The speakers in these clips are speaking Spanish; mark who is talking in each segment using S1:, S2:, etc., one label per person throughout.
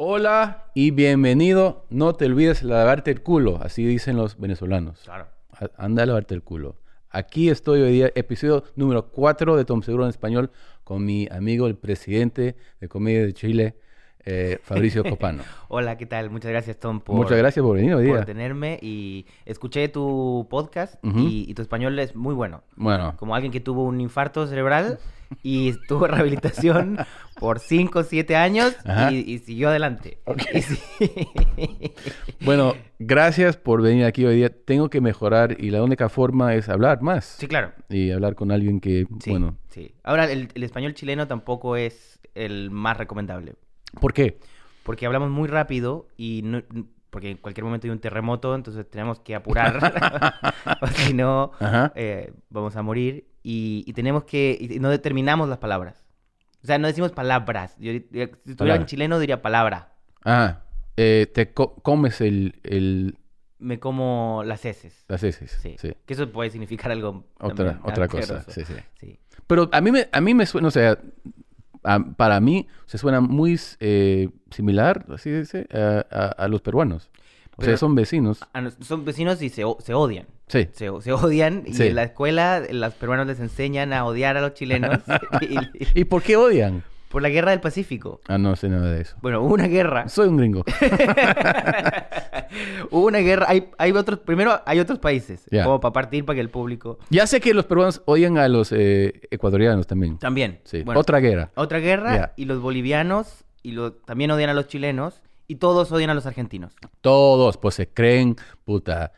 S1: Hola y bienvenido. No te olvides lavarte el culo. Así dicen los venezolanos.
S2: Claro.
S1: A- Anda a lavarte el culo. Aquí estoy hoy día, episodio número 4 de Tom Seguro en Español, con mi amigo, el presidente de Comedia de Chile, eh, Fabricio Copano.
S2: Hola, ¿qué tal? Muchas gracias, Tom, por,
S1: Muchas gracias por venir hoy
S2: por
S1: día.
S2: tenerme. Y escuché tu podcast
S1: Ujú.
S2: y, y tu español es muy bueno.
S1: Bueno,
S2: Como alguien que tuvo un infarto cerebral y tuvo rehabilitación por 5 o 7 años
S1: Ajá.
S2: y, y siguió adelante. Y sí.
S1: bueno, gracias por venir aquí hoy día. Tengo que mejorar y la única forma es hablar más.
S2: Sí, claro.
S1: Y hablar con alguien que,
S2: Sí,
S1: bueno,
S2: sí. Ahora, el, el español chileno tampoco es el más recomendable.
S1: ¿por qué?
S2: Porque hablamos muy rápido y no- porque en cualquier momento hay un terremoto, entonces tenemos que apurar. o si no,
S1: Ajá.
S2: eh, vamos a morir y, y tenemos que y no determinamos las palabras. O sea, no decimos palabras. Yo, yo- si estuviera
S1: Palabra.
S2: en chileno diría palabra.
S1: Ah, eh, te co- comes el, el,
S2: Me como las heces.
S1: las heces.
S2: Sí.
S1: Ah, sí.
S2: Que eso puede significar algo
S1: Otra,
S2: también
S1: otra cosa.
S2: asqueroso.
S1: Sí, sí.
S2: Sí.
S1: Pero a mí me, a mí me suena, o sea, a- para mí se suena muy eh, similar, así dice, a, a- a los peruanos. O sea,
S2: Pero-
S1: son vecinos.
S2: A nos- Ah, son vecinos y se, o- se odian.
S1: Sí.
S2: Se, o- se odian y
S1: Sí.
S2: en la escuela los peruanos les enseñan a odiar a los chilenos y-
S1: ¿Y por qué odian?
S2: por la guerra del Pacífico.
S1: Ah, no sé nada de eso.
S2: Bueno, hubo una guerra.
S1: Soy un gringo.
S2: Hubo una guerra. Hay, hay otros. Primero, hay otros países.
S1: Ya.
S2: Como para partir para que el público.
S1: Ya sé que los peruanos odian a los eh, ecuatorianos también.
S2: También.
S1: Sí.
S2: Bueno,
S1: Otra guerra.
S2: otra guerra.
S1: Ya.
S2: Y los bolivianos. Y lo, también odian a los chilenos. Y todos odian a los argentinos.
S1: Todos, pues se creen, puta.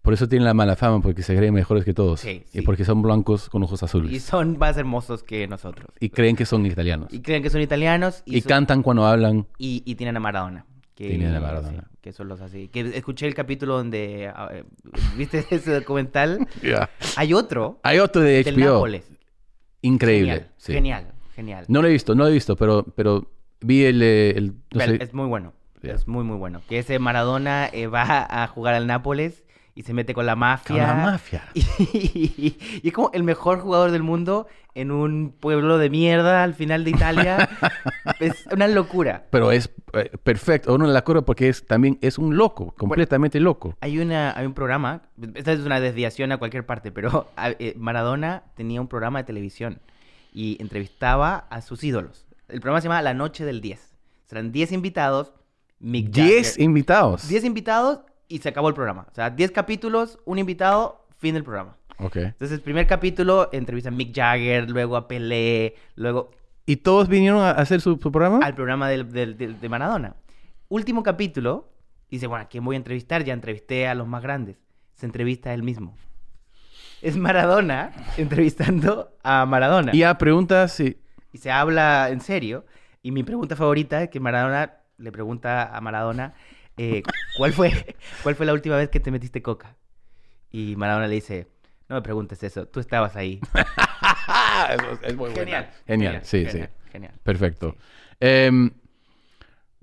S1: Por eso tienen la mala fama, porque se creen mejores que todos.
S2: Sí,
S1: Y
S2: sí.
S1: porque son blancos con ojos
S2: Y
S1: azules.
S2: son más hermosos que nosotros.
S1: Y, creen que son italianos.
S2: Y creen que son italianos. Y,
S1: y
S2: son-
S1: cantan cuando hablan
S2: y, y tienen a Maradona. Que,
S1: Tienen a
S2: sí,
S1: Maradona.
S2: que son los así. Que escuché el capítulo donde. ah, eh, ¿Viste ese documental? Hay otro.
S1: Hay otro de
S2: Del
S1: HBO.
S2: Nápoles.
S1: Increíble.
S2: Genial,
S1: sí.
S2: genial, genial.
S1: No lo he visto, no lo he visto, pero, pero vi el... eh, el- no
S2: Pero
S1: sé-
S2: Es muy bueno.
S1: Ya.
S2: Es muy, muy bueno. Que ese Maradona eh, va a jugar al Nápoles y se mete con la mafia.
S1: Con la mafia.
S2: Y, y es como el mejor jugador del mundo en un pueblo de mierda al final de Italia. es una locura.
S1: Pero es eh, perfecto. Uno la cura porque es, también es un loco, completamente loco.
S2: Hay, una, hay un programa, esta es una desviación a cualquier parte, pero a- eh, Maradona tenía un programa de televisión y entrevistaba a sus ídolos. El programa se llama La Noche del 10. Serán 10 invitados. Mick Jagger-
S1: Diez invitados.
S2: 10 invitados y se acabó el programa. O sea, 10 capítulos, un invitado, fin del programa.
S1: Ok.
S2: Entonces, el primer capítulo entrevistan a Mick Jagger, luego a Pelé, luego
S1: ¿Y todos vinieron a hacer su, su programa?
S2: al programa del- del- del- de Maradona. Último capítulo, dice, bueno, ¿a quién voy a entrevistar? Ya entrevisté a los más grandes. Se entrevista él mismo. Es Maradona entrevistando a Maradona.
S1: Y a preguntas si...
S2: y se habla en serio. Y mi pregunta favorita es que Maradona le pregunta a Maradona, eh, ¿cuál, fue, ¿cuál fue la última vez que te metiste coca? Y Maradona le dice, no me preguntes eso, tú estabas ahí.
S1: Ah, es muy
S2: Genial.
S1: Genial, sí,
S2: genial,
S1: sí.
S2: Genial.
S1: Perfecto. Em,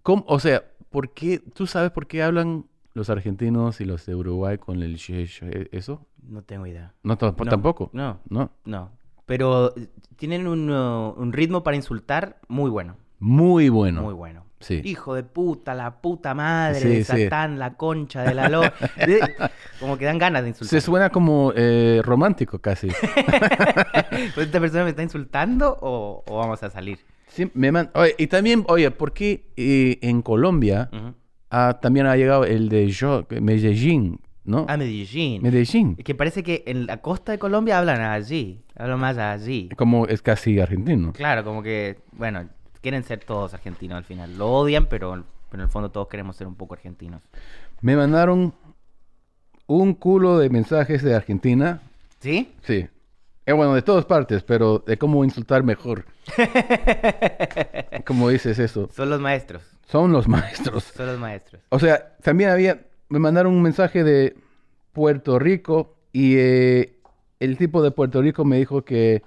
S1: ¿cómo- o sea, ¿por qué, ¿tú sabes por qué hablan los argentinos y los de Uruguay con el... ye- ye- ¿Eso?
S2: No tengo idea.
S1: No, tamp-
S2: No,
S1: Pues tampoco.
S2: No,
S1: No.
S2: no. Pero eh, tienen un, uh, un ritmo para insultar muy bueno,
S1: Muy bueno.
S2: muy bueno.
S1: Sí.
S2: Hijo de puta, la puta madre,
S1: Sí,
S2: de
S1: sí.
S2: Satán, la concha de la loca. De- Como que dan ganas de insultar.
S1: Se suena como eh, romántico casi.
S2: Pues, ¿Esta persona me está insultando o, o vamos a salir?
S1: Sí, me man- oye, y también, oye, ¿por qué eh, en Colombia
S2: Ujú.
S1: ah, también ha llegado el de yo, Medellín, ¿no?
S2: A Medellín.
S1: Medellín.
S2: Que parece que en la costa de Colombia hablan allí. Hablan más allí.
S1: Como es casi argentino.
S2: Claro, como que, bueno, quieren ser todos argentinos al final. Lo odian, pero, pero en el fondo todos queremos ser un poco argentinos.
S1: Me mandaron un culo de mensajes de Argentina.
S2: ¿Sí?
S1: Sí. Eh, bueno, de todas partes, pero de cómo insultar mejor. como dices eso.
S2: Son los maestros.
S1: Son los maestros.
S2: Son los maestros.
S1: O sea, también había, me mandaron un mensaje de Puerto Rico y eh, el tipo de Puerto Rico me dijo que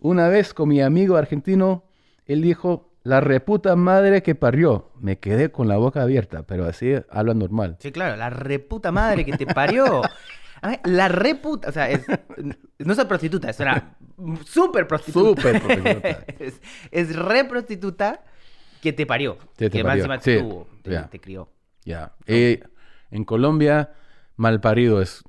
S1: una vez con mi amigo argentino, él dijo, la reputa madre que parió. Me quedé con la boca abierta, pero así habla normal.
S2: Sí, claro, la reputa madre que te parió. Ay, La reputa, o sea, es, no es prostituta, es una super prostituta.
S1: Súper prostituta.
S2: es, es re prostituta, que te parió.
S1: Que
S2: Que,
S1: te
S2: más
S1: parió,
S2: encima
S1: sí,
S2: te tuvo, te,
S1: ya.
S2: te crió.
S1: Ya. Eh, en Colombia, malparido es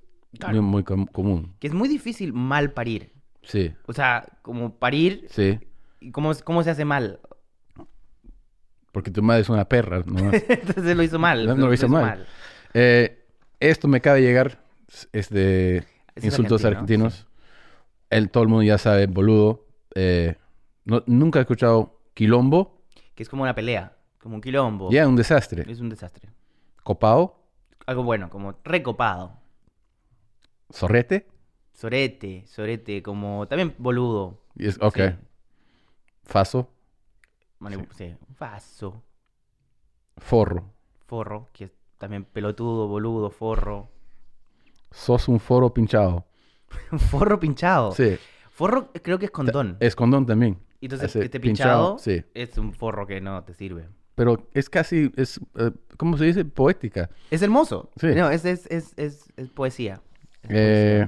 S1: muy,
S2: Claro.
S1: muy com- común.
S2: Que es muy difícil mal parir.
S1: Sí,
S2: O sea, como parir,
S1: sí.
S2: ¿y ¿cómo, cómo se hace mal?
S1: Porque tu madre es una perra. nomás.
S2: Entonces lo hizo mal.
S1: No, no lo hizo mal. Eh, esto me acaba de llegar. Es de
S2: Es
S1: insultos
S2: argentino,
S1: argentinos. El, todo el mundo ya sabe, boludo. Eh, no- nunca he escuchado quilombo.
S2: Que es como una pelea, como un quilombo.
S1: Ya, un desastre.
S2: Oh. Es un desastre.
S1: Copao,
S2: Algo bueno, como recopado.
S1: zorrete.
S2: Sorete, sorete, como también boludo.
S1: y es- ok.
S2: Sí,
S1: Faso,
S2: mani- sí, Vaso,
S1: forro.
S2: forro, que es también pelotudo, boludo, forro.
S1: Sos un foro pinchado.
S2: forro pinchado.
S1: Sí.
S2: Forro creo que es condón.
S1: Es condón también.
S2: Entonces,
S1: ese
S2: este pinchado,
S1: sí.
S2: es un forro que no te sirve.
S1: Pero es casi, es, eh, ¿cómo se dice? Poética.
S2: Es hermoso.
S1: Sí.
S2: No, es, es, es, es, es poesía. Es
S1: Eh,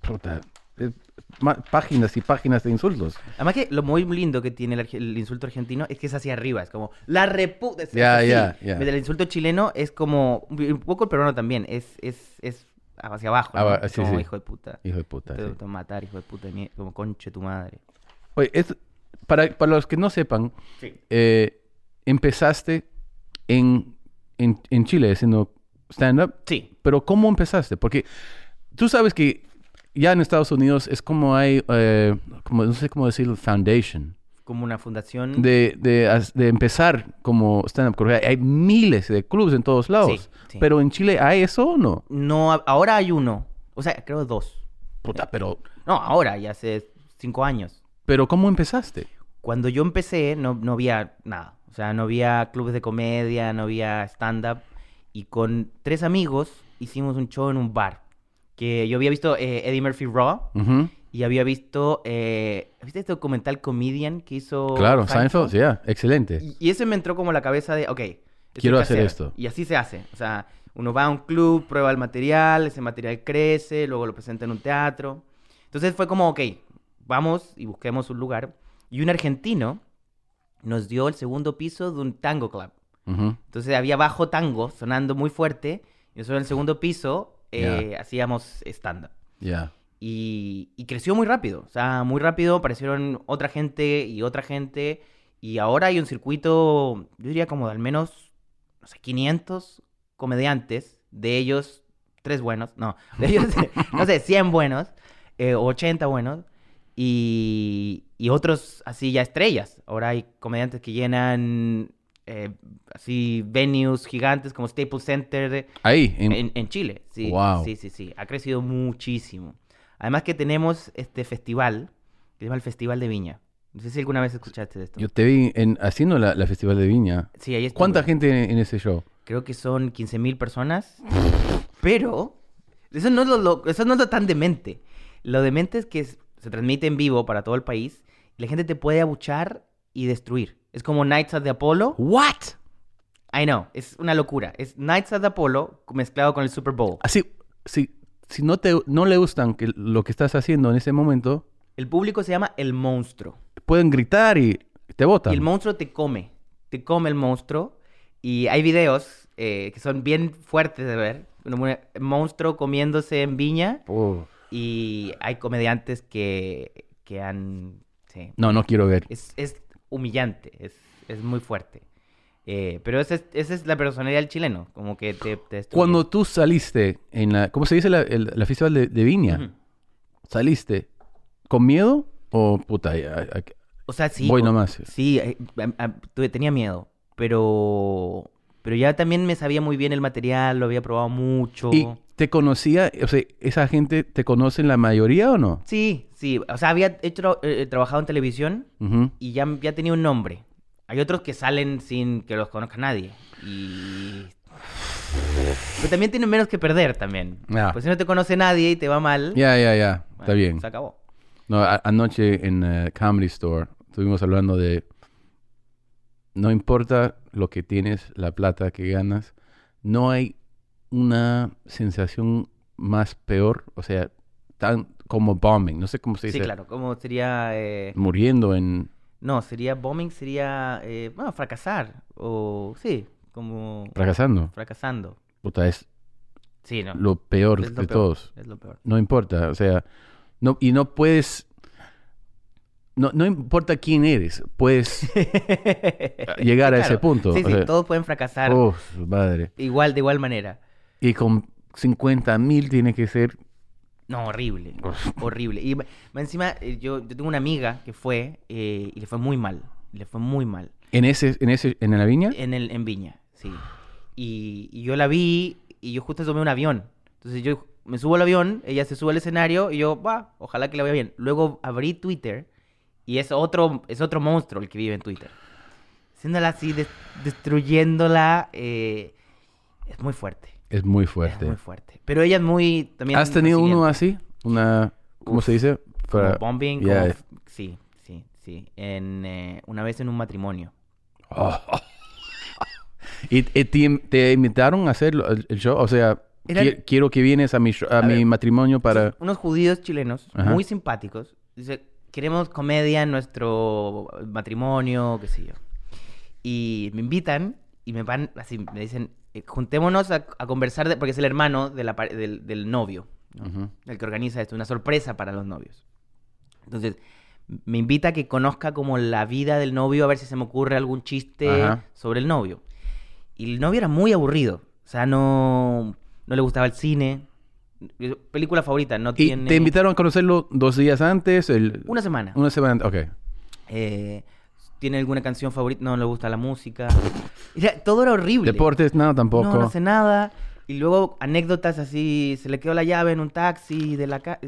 S2: poesía.
S1: puta, eh, ma- páginas y páginas de insultos.
S2: Además que lo muy lindo que tiene el, arge- el insulto argentino es que es hacia arriba, es como la reputa.
S1: Ya, ya, ya.
S2: El insulto chileno es como, un poco el peruano también, es, es, es hacia abajo. ¿no?
S1: Aba- Ah, sí,
S2: como
S1: sí.
S2: hijo de puta.
S1: Hijo de puta.
S2: Te
S1: sí.
S2: gusta matar, hijo de puta, de mie- como conche tu madre.
S1: Oye, es- para, para los que no sepan,
S2: Sí.
S1: eh, empezaste en, en, en Chile haciendo stand-up,
S2: Sí.
S1: pero ¿cómo empezaste? Porque tú sabes que ya en Estados Unidos es como hay, eh, como, no sé cómo decirlo, foundation.
S2: Como una fundación.
S1: de, de as- de empezar como stand-up comedy. Hay miles de clubes en todos lados.
S2: sí.
S1: Pero en Chile, ¿hay eso o no?
S2: No, a- ahora hay uno. O sea, creo dos.
S1: Puta, pero,
S2: No, ahora, ya hace cinco años.
S1: pero ¿cómo empezaste?
S2: Cuando yo empecé, no, no había nada. O sea, no había clubes de comedia, no había stand-up. Y con tres amigos hicimos un show en un bar. Que yo había visto eh, Eddie Murphy Raw
S1: Ujú.
S2: y había visto. eh, ¿Viste este documental Comedian que hizo.
S1: Claro, Seinfeld, ya, excelente.
S2: Y, y ese me entró como la cabeza de, ok, esto
S1: Quiero
S2: hay que
S1: hacer esto.
S2: Y así se hace. O sea, uno va a un club, prueba el material, ese material crece, luego lo presenta en un teatro. Entonces fue como, ok, vamos y busquemos un lugar. Y un argentino nos dio el segundo piso de un tango club.
S1: Ujú.
S2: Entonces había bajo tango sonando muy fuerte. Y nosotros en el segundo piso eh, hacíamos stand-up.
S1: Ya.
S2: Y, y creció muy rápido, o sea, muy rápido aparecieron otra gente y otra gente, y ahora hay un circuito, yo diría como de al menos, no sé, 500 comediantes, de ellos tres buenos, no, de ellos, no sé, 100 buenos, eh, 80 buenos, y, y otros así ya estrellas. Ahora hay comediantes que llenan eh, así venues gigantes como Staples Center, de-
S1: Ahí, en-
S2: en, en Chile, sí.
S1: Wow.
S2: Sí, sí, sí. Ha crecido muchísimo. Además que tenemos este festival, que se llama el Festival de Viña. No sé si alguna vez escuchaste de esto.
S1: yo te vi en, haciendo la, la Festival de Viña.
S2: Sí, ahí estuve.
S1: ¿Cuánta gente en, en ese show?
S2: Creo que son 15.000 personas. Pero eso no, es lo, lo- eso no es lo tan demente. Lo demente es que es- se transmite en vivo para todo el país y la gente te puede abuchar y destruir. Es como Knights at the Apollo.
S1: ¿What?
S2: I know, es una locura. Es Knights at the Apollo mezclado con el Super Bowl.
S1: Así, si, si no, te, no le gustan que, lo que estás haciendo en ese momento,
S2: El público se llama El Monstruo.
S1: pueden gritar y te votan.
S2: Y el monstruo te come. Te come el monstruo. Y hay videos eh, que son bien fuertes de ver. Un mu- monstruo comiéndose en viña.
S1: Oh.
S2: Y hay comediantes que, que han. sí.
S1: No, no quiero ver.
S2: Es, es humillante. Es, es muy fuerte. Eh, pero esa es, esa es la personalidad del chileno. Como que te. te destruye.
S1: Cuando tú saliste en la... ¿Cómo se dice la, el- la festival de, de Viña?
S2: Ujú.
S1: ¿Saliste con miedo o puta? ya, ya, ya?
S2: O sea, sí.
S1: Voy
S2: po-
S1: nomás.
S2: Sí, eh, a- a- tuve- tenía miedo. Pero. Pero ya también me sabía muy bien el material, lo había probado mucho.
S1: ¿Y te conocía? O sea, ¿esa gente te conoce la mayoría o no?
S2: Sí, sí. O sea, había hecho, eh, trabajado en televisión
S1: Ujú.
S2: y ya, ya tenía un nombre. Hay otros que salen sin que los conozca nadie. Y... Pero también tienen menos que perder también.
S1: Ah.
S2: Pues si no te conoce nadie y te va mal...
S1: Ya, ya, ya.
S2: bueno,
S1: Está bien.
S2: Se acabó.
S1: No, a- anoche en eh, Comedy Store estuvimos hablando de... No importa lo que tienes, la plata que ganas, no hay una sensación más peor, o sea, tan como bombing, no sé cómo se
S2: Sí,
S1: dice, Mm.
S2: claro. ¿Cómo sería...? eh,
S1: muriendo en
S2: No, sería bombing, sería, eh, bueno, fracasar. O sí, como
S1: Fracasando.
S2: fracasando.
S1: Puta, es
S2: Sí, no.
S1: lo peor
S2: es lo
S1: de
S2: peor,
S1: todos.
S2: Es lo peor.
S1: No importa, o sea, no, y no puedes. No, no importa quién eres, puedes llegar a ese
S2: Claro.
S1: punto.
S2: Sí,
S1: o
S2: sí,
S1: sea,
S2: todos pueden fracasar
S1: oh, su madre.
S2: igual, de igual manera.
S1: Y con 50 mil tiene que ser.
S2: No, horrible. horrible. Y ma- ma- encima, eh, yo, yo tengo una amiga que fue eh, y le fue muy mal. Le fue muy mal.
S1: En ese, en ese, en la viña.
S2: En, el, en Viña, sí. Y, y yo la vi y yo justo tomé un avión. Entonces yo me subo al avión, ella se sube al escenario y yo, va, ojalá que la vaya bien. Luego abrí Twitter y es otro, es otro monstruo el que vive en Twitter. Siéndola así, des- destruyéndola, eh, es muy fuerte.
S1: Es muy
S2: Es
S1: fuerte.
S2: muy fuerte. Pero ella es muy también.
S1: ¿Has tenido uno
S2: resiliente.
S1: así? Una. ¿Cómo
S2: Uf,
S1: se dice?
S2: Como
S1: Fra-
S2: bombing, como
S1: Yeah.
S2: f- sí, sí, sí. En, eh, una vez en un matrimonio.
S1: Oh. ¿Y, y te, te invitaron a hacer el, el show? O sea,
S2: Era-
S1: qui- quiero que vienes a mi, show- a
S2: A
S1: mi
S2: ver.
S1: matrimonio para...
S2: Unos judíos chilenos,
S1: Ajá.
S2: muy simpáticos. Dice, queremos comedia en nuestro matrimonio, qué sé yo. Y me invitan y me van, así, me dicen, eh, juntémonos a, a conversar, de- porque es el hermano de la pare- del, del novio, ¿no?
S1: Ujú.
S2: el que organiza esto, una sorpresa para los novios. Entonces, me invita a que conozca como la vida del novio, a ver si se me ocurre algún chiste
S1: Ajá.
S2: sobre el novio. Y el novio era muy aburrido. O sea, no, no le gustaba el cine. Película favorita, no
S1: ¿Y
S2: tiene...
S1: te invitaron a conocerlo dos días antes? El,
S2: Una semana.
S1: una semana antes. Ok.
S2: Eh, ¿Tiene alguna canción favorita? No le gusta la música. Era- todo era horrible.
S1: Deportes, no, tampoco.
S2: No, no hace nada. Y luego anécdotas así, se le quedó la llave en un taxi, de la ca-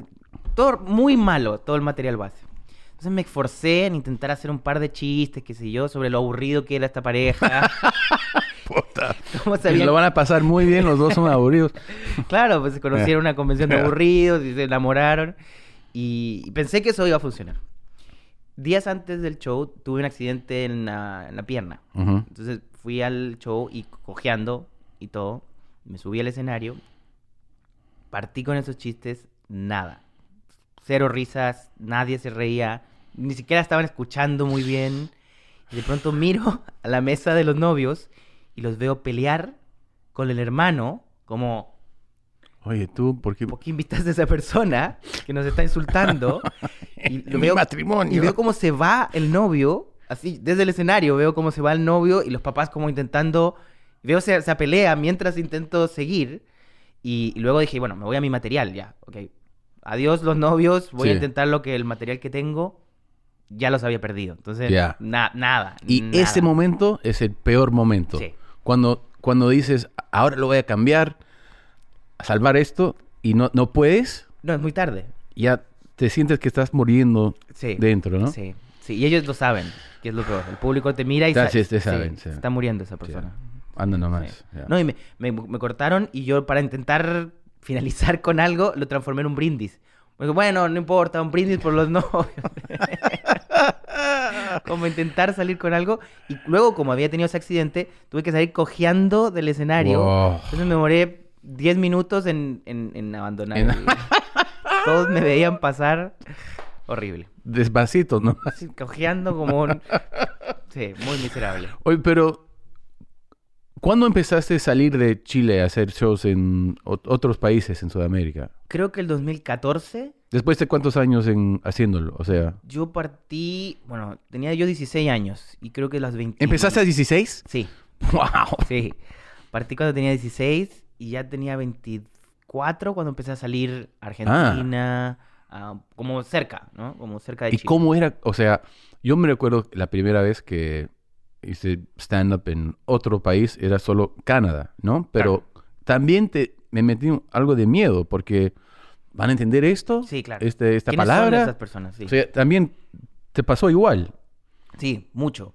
S2: Todo muy malo, todo el material base. Entonces me esforcé en intentar hacer un par de chistes, qué sé yo, sobre lo aburrido que era esta pareja.
S1: Puta.
S2: ¿Cómo se
S1: Y
S2: habían-
S1: Lo van a pasar muy bien, los dos son aburridos.
S2: Claro, pues se conocieron en una convención de
S1: Eh.
S2: aburridos y se enamoraron. Y y pensé que eso iba a funcionar. Días antes del show tuve un accidente en la- en la pierna.
S1: Ujú.
S2: Entonces fui al show y cojeando y todo. Me subí al escenario. Partí con esos chistes, nada. Cero risas, nadie se reía. Ni siquiera estaban escuchando muy bien. Y de pronto miro a la mesa de los novios y los veo pelear con el hermano. Como,
S1: Oye, tú, ¿por qué?
S2: ¿por qué invitaste a esa persona que nos está insultando? Y
S1: En
S2: lo
S1: mi
S2: veo
S1: matrimonio.
S2: y veo cómo se va el novio, así, desde el escenario, veo cómo se va el novio y los papás como intentando, veo esa, esa pelea mientras intento seguir. Y, y luego dije, bueno, me voy a mi material ya, ok. Adiós los novios, voy a
S1: Sí.
S2: intentar lo que el material que tengo ya los había perdido. Entonces,
S1: Ya.
S2: na- nada.
S1: Y
S2: nada.
S1: ese momento es el peor momento.
S2: Sí.
S1: Cuando, cuando dices, ahora lo voy a cambiar, a salvar esto, y no, no puedes,
S2: No, es muy tarde.
S1: ya te sientes que estás muriendo
S2: Sí.
S1: dentro, ¿no?
S2: Sí. Sí, y ellos lo saben, que es lo peor. El público te mira y
S1: Ya,
S2: sa-
S1: sí, sí,
S2: sí,
S1: saben, sí.
S2: está muriendo esa
S1: Sí.
S2: persona.
S1: Anda nomás.
S2: Sí.
S1: ya.
S2: No, y me, me- me cortaron y yo para intentar finalizar con algo lo transformé en un brindis. Me dijo, bueno, no importa, un brindis por los novios. como intentar salir con algo. Y luego, como había tenido ese accidente, tuve que salir cojeando del escenario.
S1: Wow.
S2: Entonces me demoré 10 minutos en, en- en abandonar.
S1: En-
S2: el- Todos me veían pasar. Horrible.
S1: Despacito, ¿no?
S2: Así, cojeando como un... Sí, muy miserable.
S1: Oye, pero ¿cuándo empezaste a salir de Chile a hacer shows en ot- otros países en Sudamérica?
S2: Creo que el 2014...
S1: Después de cuántos años en haciéndolo, o sea,
S2: Yo partí, bueno, tenía yo 16 años y creo que las 20.
S1: ¿empezaste a 16?
S2: Sí,
S1: Wow.
S2: sí. Partí cuando tenía 16 y ya tenía 24 cuando empecé a salir a Argentina, ah, como cerca, ¿no? Como cerca de
S1: ¿Y
S2: Chile.
S1: cómo era? O sea, yo me recuerdo la primera vez que hice stand-up en otro país, era solo Canadá, ¿no? Pero también te, me metí un- algo de miedo porque ¿van a entender esto?
S2: Sí, claro.
S1: Este, esta
S2: ¿Quiénes son
S1: palabra.
S2: esas personas? Sí,
S1: O sea, también te pasó igual.
S2: Sí, mucho.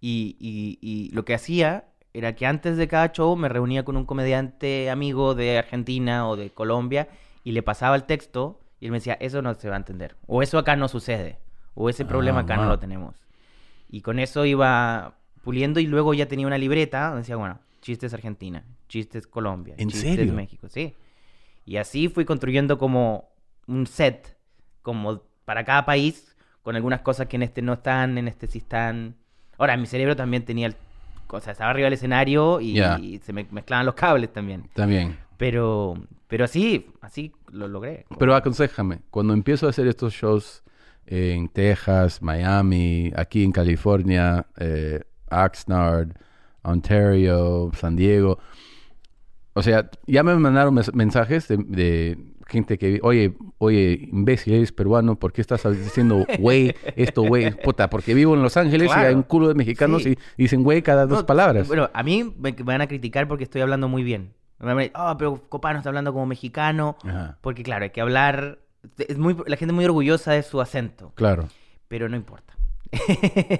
S2: Y, y- y lo que hacía era que antes de cada show me reunía con un comediante amigo de Argentina o de Colombia y le pasaba el texto y él me decía, eso no se va a entender. O eso acá no sucede. O ese problema
S1: Ah,
S2: acá
S1: wow.
S2: no lo tenemos. Y con eso iba puliendo y luego ya tenía una libreta donde decía, bueno, chistes Argentina, chistes Colombia,
S1: ¿En
S2: chistes
S1: serio?
S2: México, sí. Y así fui construyendo como un set, como para cada país, con algunas cosas que en este no están, en este sí están. Ahora, mi cerebro también tenía el- o sea, estaba arriba del escenario y,
S1: Ya.
S2: y se me mezclaban los cables también.
S1: También.
S2: Pero, pero así, así lo logré.
S1: Pero aconsejame, cuando empiezo a hacer estos shows eh, en Texas, Miami, aquí en California, eh, Oxnard, Ontario, San Diego, o sea, ya me mandaron mes- mensajes de, de gente que, oye, oye, imbécil, eres peruano, ¿por qué estás diciendo, güey, esto, güey, puta? Porque vivo en Los Ángeles y
S2: Claro.
S1: hay un culo de mexicanos
S2: Sí.
S1: y dicen, güey, cada dos
S2: No,
S1: palabras.
S2: Bueno, a mí me, me van a criticar porque estoy hablando muy bien. Me van a decir, oh, pero Copano está hablando como mexicano.
S1: Ajá,
S2: Porque claro, hay que hablar... Es muy, la gente es muy orgullosa de su acento,
S1: claro.
S2: pero no importa.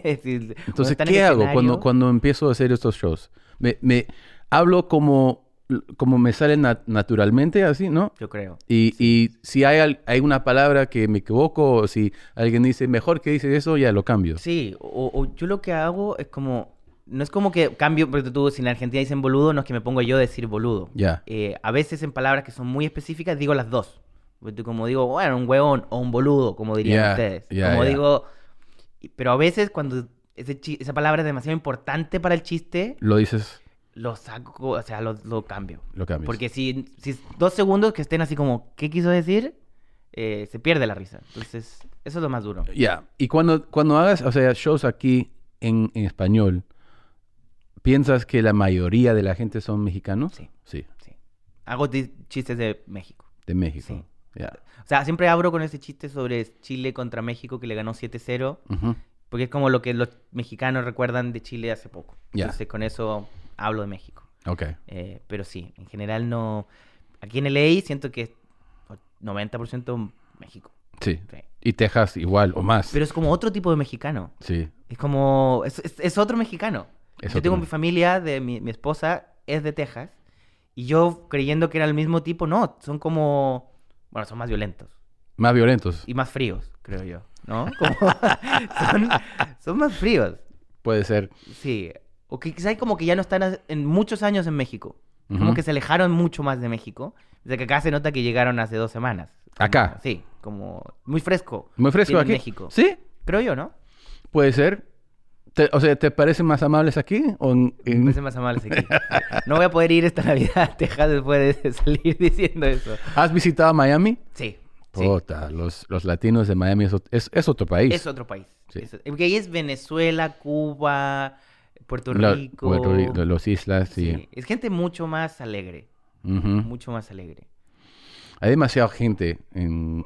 S1: Entonces, ¿qué hago cuando, cuando empiezo a hacer estos shows? Me, me hablo como, como me sale na- naturalmente, así, ¿no?
S2: Yo creo.
S1: Y, y si hay, al- hay una palabra que me equivoco, o si alguien dice, mejor que dices eso, ya lo cambio.
S2: Sí, o, o yo lo que hago es como... No es como que cambio, porque tú, si en Argentina dicen boludo, no es que me pongo yo a decir boludo.
S1: Ya.
S2: Eh, a veces en palabras que son muy específicas digo las dos. Porque Como digo, bueno, un huevón o un boludo, como dirían
S1: Yeah,
S2: ustedes.
S1: yeah,
S2: como
S1: yeah.
S2: digo... y- Pero a veces cuando ese chi- esa palabra es demasiado importante para el chiste,
S1: Lo dices,
S2: lo saco, o sea, lo, lo cambio.
S1: lo cambias.
S2: Porque si, si dos segundos que estén así como, ¿qué quiso decir? Eh, se pierde la risa. Entonces, eso es lo más duro.
S1: Ya. Y cuando, cuando hagas, o sea, shows aquí en, en español, ¿piensas que la mayoría de la gente son mexicanos?
S2: Sí.
S1: Sí,
S2: Sí. Hago di- chistes de México.
S1: de México.
S2: Sí.
S1: Ya.
S2: O sea, siempre abro con ese chiste sobre Chile contra México que le ganó 7-0,
S1: Ujú.
S2: porque es como lo que los mexicanos recuerdan de Chile hace poco.
S1: Ya.
S2: Entonces, con eso hablo de México.
S1: Ok.
S2: Eh, pero sí, en general no... Aquí en LA siento que es 90% México.
S1: Sí.
S2: sí.
S1: Y Texas igual o más.
S2: Pero es como otro tipo de mexicano.
S1: Sí.
S2: Es como. Es, es- es otro mexicano.
S1: Es
S2: yo
S1: otro.
S2: tengo mi familia, de mi, mi esposa es de Texas. Y yo creyendo que era el mismo tipo, no. Son como. Bueno, son más violentos.
S1: Más violentos.
S2: Y más fríos, creo yo. ¿No? Como- son, son más fríos.
S1: Puede ser.
S2: Sí. O que quizás como que ya no están a- en muchos años en México. Como
S1: Ujú.
S2: que se alejaron mucho más de México. Desde que acá se nota que llegaron hace dos semanas. Como-
S1: Acá.
S2: Sí, como muy fresco.
S1: Muy fresco
S2: tienen
S1: aquí.
S2: México.
S1: Sí,
S2: Creo yo, ¿no?
S1: puede ser. Te- o sea, ¿te parecen más amables aquí? O en- en-
S2: Me parece más amable seguir. No voy a poder ir esta Navidad a Texas después de salir diciendo eso.
S1: ¿Has visitado Miami?
S2: Sí. sí.
S1: Puta, los, los latinos de Miami es, ot- es- es otro país.
S2: Es otro país.
S1: Sí.
S2: Es- porque ahí es Venezuela, Cuba, Puerto
S1: La-
S2: Rico.
S1: Puerto Rico, los islas, sí.
S2: Sí. Es gente mucho más alegre.
S1: Ujú.
S2: Mucho más alegre.
S1: Hay demasiada gente en,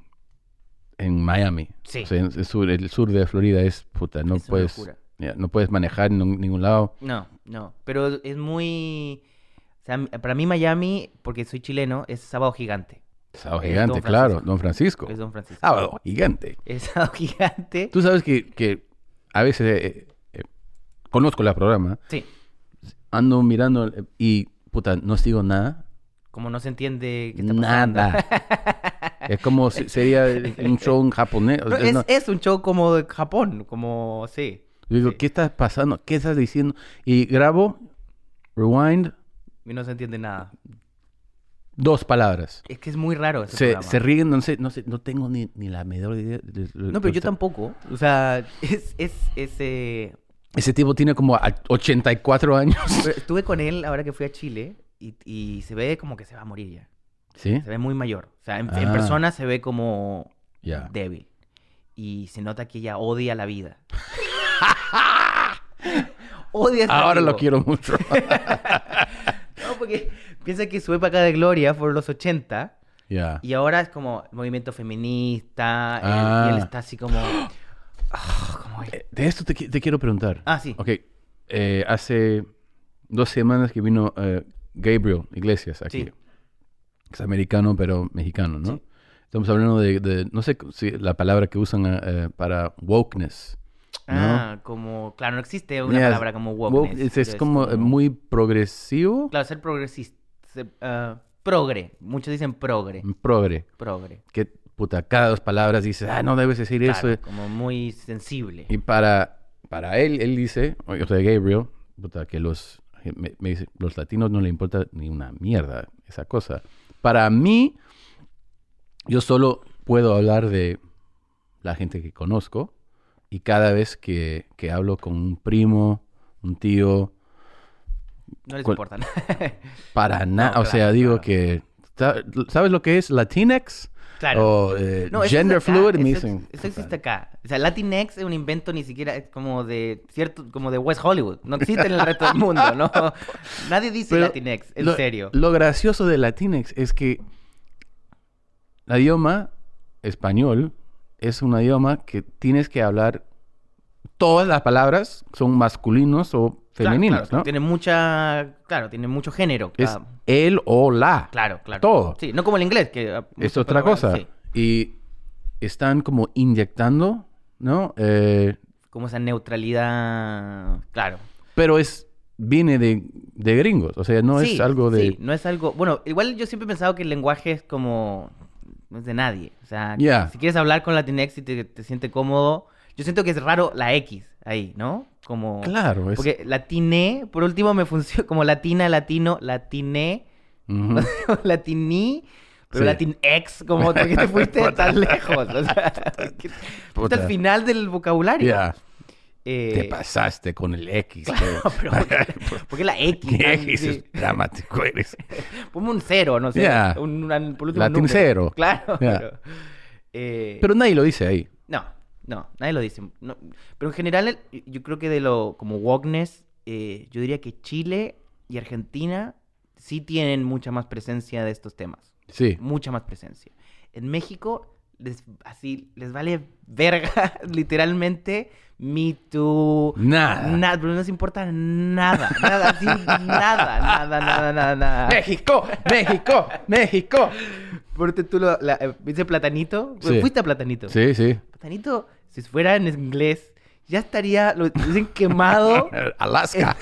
S1: en Miami.
S2: Sí.
S1: O sea, en el sur, el sur de Florida es puta, no
S2: Es una
S1: puedes
S2: locura.
S1: ya, no puedes manejar en nun- ningún lado.
S2: No, no. Pero es muy. O sea, para mí Miami, porque soy chileno, es sábado gigante.
S1: Sao
S2: Es
S1: gigante,
S2: Don
S1: claro, Don
S2: Francisco.
S1: Francisco.
S2: Es Don Francisco.
S1: Sábado gigante.
S2: Es sábado gigante.
S1: Ah, Tú sabes que, que a veces eh, eh, conozco la programa
S2: Sí.
S1: ando mirando eh, y puta, no sigo nada.
S2: Como no se entiende qué está pasando.
S1: Nada. es como si- sería un show en japonés. o
S2: No,
S1: sea,
S2: es,
S1: no.
S2: es un show como de Japón, como sí.
S1: Yo digo,
S2: sí.
S1: ¿qué estás pasando? ¿Qué estás diciendo? Y grabo, rewind,
S2: Y no se entiende nada.
S1: dos palabras.
S2: Es que es muy raro ese
S1: Se,
S2: programa.
S1: se ríen, no sé, no sé, no tengo ni, ni la menor idea. de- de-
S2: No, pero yo
S1: de-
S2: tampoco. O sea, es, es, es, eh,
S1: Ese tipo tiene como a- 84 años.
S2: pero estuve con él ahora que fui a Chile y, y se ve como que se va a morir ya.
S1: ¿Sí?
S2: Se ve muy mayor. O sea, en, en
S1: Ah.
S2: persona se ve como
S1: Ya.
S2: débil. Y se nota que ella odia la vida. odia estar
S1: Ahora lo
S2: vivo.
S1: quiero mucho.
S2: No, porque piensa que su época de gloria fue los 80.
S1: Ya.
S2: Y ahora es como el movimiento feminista. él-
S1: Ah.
S2: y él está así como. Ah, como-
S1: Eh, De esto te, qui- te quiero preguntar.
S2: Ah, sí.
S1: Ok. eh, hace dos semanas que vino eh, Gabriel Iglesias aquí.
S2: Sí.
S1: Es americano, pero mexicano, ¿no?
S2: Sí.
S1: Estamos hablando de, de- no sé si la palabra que usan eh, para wokeness. ¿no?
S2: Ah, como. Claro, no existe una
S1: Yes,
S2: palabra como
S1: Woke
S2: wokeness.
S1: es,
S2: pero
S1: es como eh, muy progresivo,
S2: Claro, ser progresista. ser, ah, progre. Muchos dicen progre.
S1: progre.
S2: Progre.
S1: Que puta, cada dos palabras dices, ah, no debes decir
S2: Claro,
S1: eso.
S2: Como muy sensible.
S1: Y para, para él, él dice, o sea, Gabriel, puta, que los, me, me dice, los latinos no le importa ni una mierda esa cosa. Para mí, yo solo puedo hablar de la gente que conozco Y cada vez que, que hablo con un primo, un tío,
S2: No les
S1: ¿Cuál?
S2: importa.
S1: para nada,
S2: No,
S1: o sea,
S2: claro,
S1: digo
S2: claro.
S1: que... sa- ¿Sabes lo que es Latinx?
S2: claro.
S1: O eh,
S2: No, eso es
S1: gender
S2: acá,
S1: fluid. me
S2: Eso, ex-
S1: dicen,
S2: eso existe acá. O sea, Latinx es un invento ni siquiera es como de cierto, como de West Hollywood. No existe en el resto del mundo, ¿no? Nadie dice
S1: Pero
S2: Latinx, en
S1: lo,
S2: serio.
S1: Lo gracioso de Latinx es que el idioma español es un idioma que tienes que hablar. Todas las palabras son masculinos o
S2: Claro,
S1: femeninos,
S2: claro,
S1: ¿no?
S2: Tiene mucha, claro, tiene mucho género.
S1: Es
S2: cada-
S1: él o la.
S2: Claro, claro.
S1: Todo.
S2: Sí, no como el inglés, que... ah,
S1: Es
S2: muchos
S1: otra
S2: programas,
S1: cosa.
S2: sí.
S1: Y están como inyectando, ¿no? Eh,
S2: Como esa neutralidad... Claro.
S1: pero es viene de, de gringos, o sea, no es
S2: Sí,
S1: algo de...
S2: Sí, no es algo... Bueno, igual yo siempre he pensado que el lenguaje es como... No es de nadie. O sea,
S1: Ya.
S2: si quieres hablar con Latinex y te, te siente cómodo... Yo siento que es raro la X ahí, ¿no? Como...
S1: Claro, es...
S2: Porque latiné, por último me funciona como latina, latino, latiné,
S1: Ujú.
S2: latiní, pero
S1: Sí.
S2: latinex, como que te fuiste tan lejos. O sea, que-
S1: Puta.
S2: Hasta el final del vocabulario.
S1: Ya,
S2: Eh,
S1: te pasaste con el X. eh. pero-
S2: pero ¿por- ¿Por qué la X?
S1: ¿Qué
S2: tan-
S1: Jesús
S2: sí?
S1: dramático eres?
S2: Ponme un cero, no sé.
S1: Ya.
S2: Un, un- por último, un
S1: Latin
S2: número.
S1: cero.
S2: Claro.
S1: Ya.
S2: Pero, eh,
S1: Pero nadie lo dice ahí.
S2: No, no, nadie lo dice. No, Pero en general, el- yo creo que de lo como wokeness, eh, yo diría que Chile y Argentina sí tienen mucha más presencia de estos temas.
S1: Sí.
S2: Mucha más presencia. En México, les, así, les vale verga, literalmente, Me Too.
S1: Nada.
S2: Nada, pero no les importa nada, nada, así, nada, nada, nada, nada, nada.
S1: México, México, México.
S2: Porque tú lo, la, eh, ¿viste Platanito?
S1: Sí.
S2: Fuiste a Platanito.
S1: Sí, sí.
S2: Platanito, si fuera en inglés, ya estaría, lo dicen quemado.
S1: Alaska.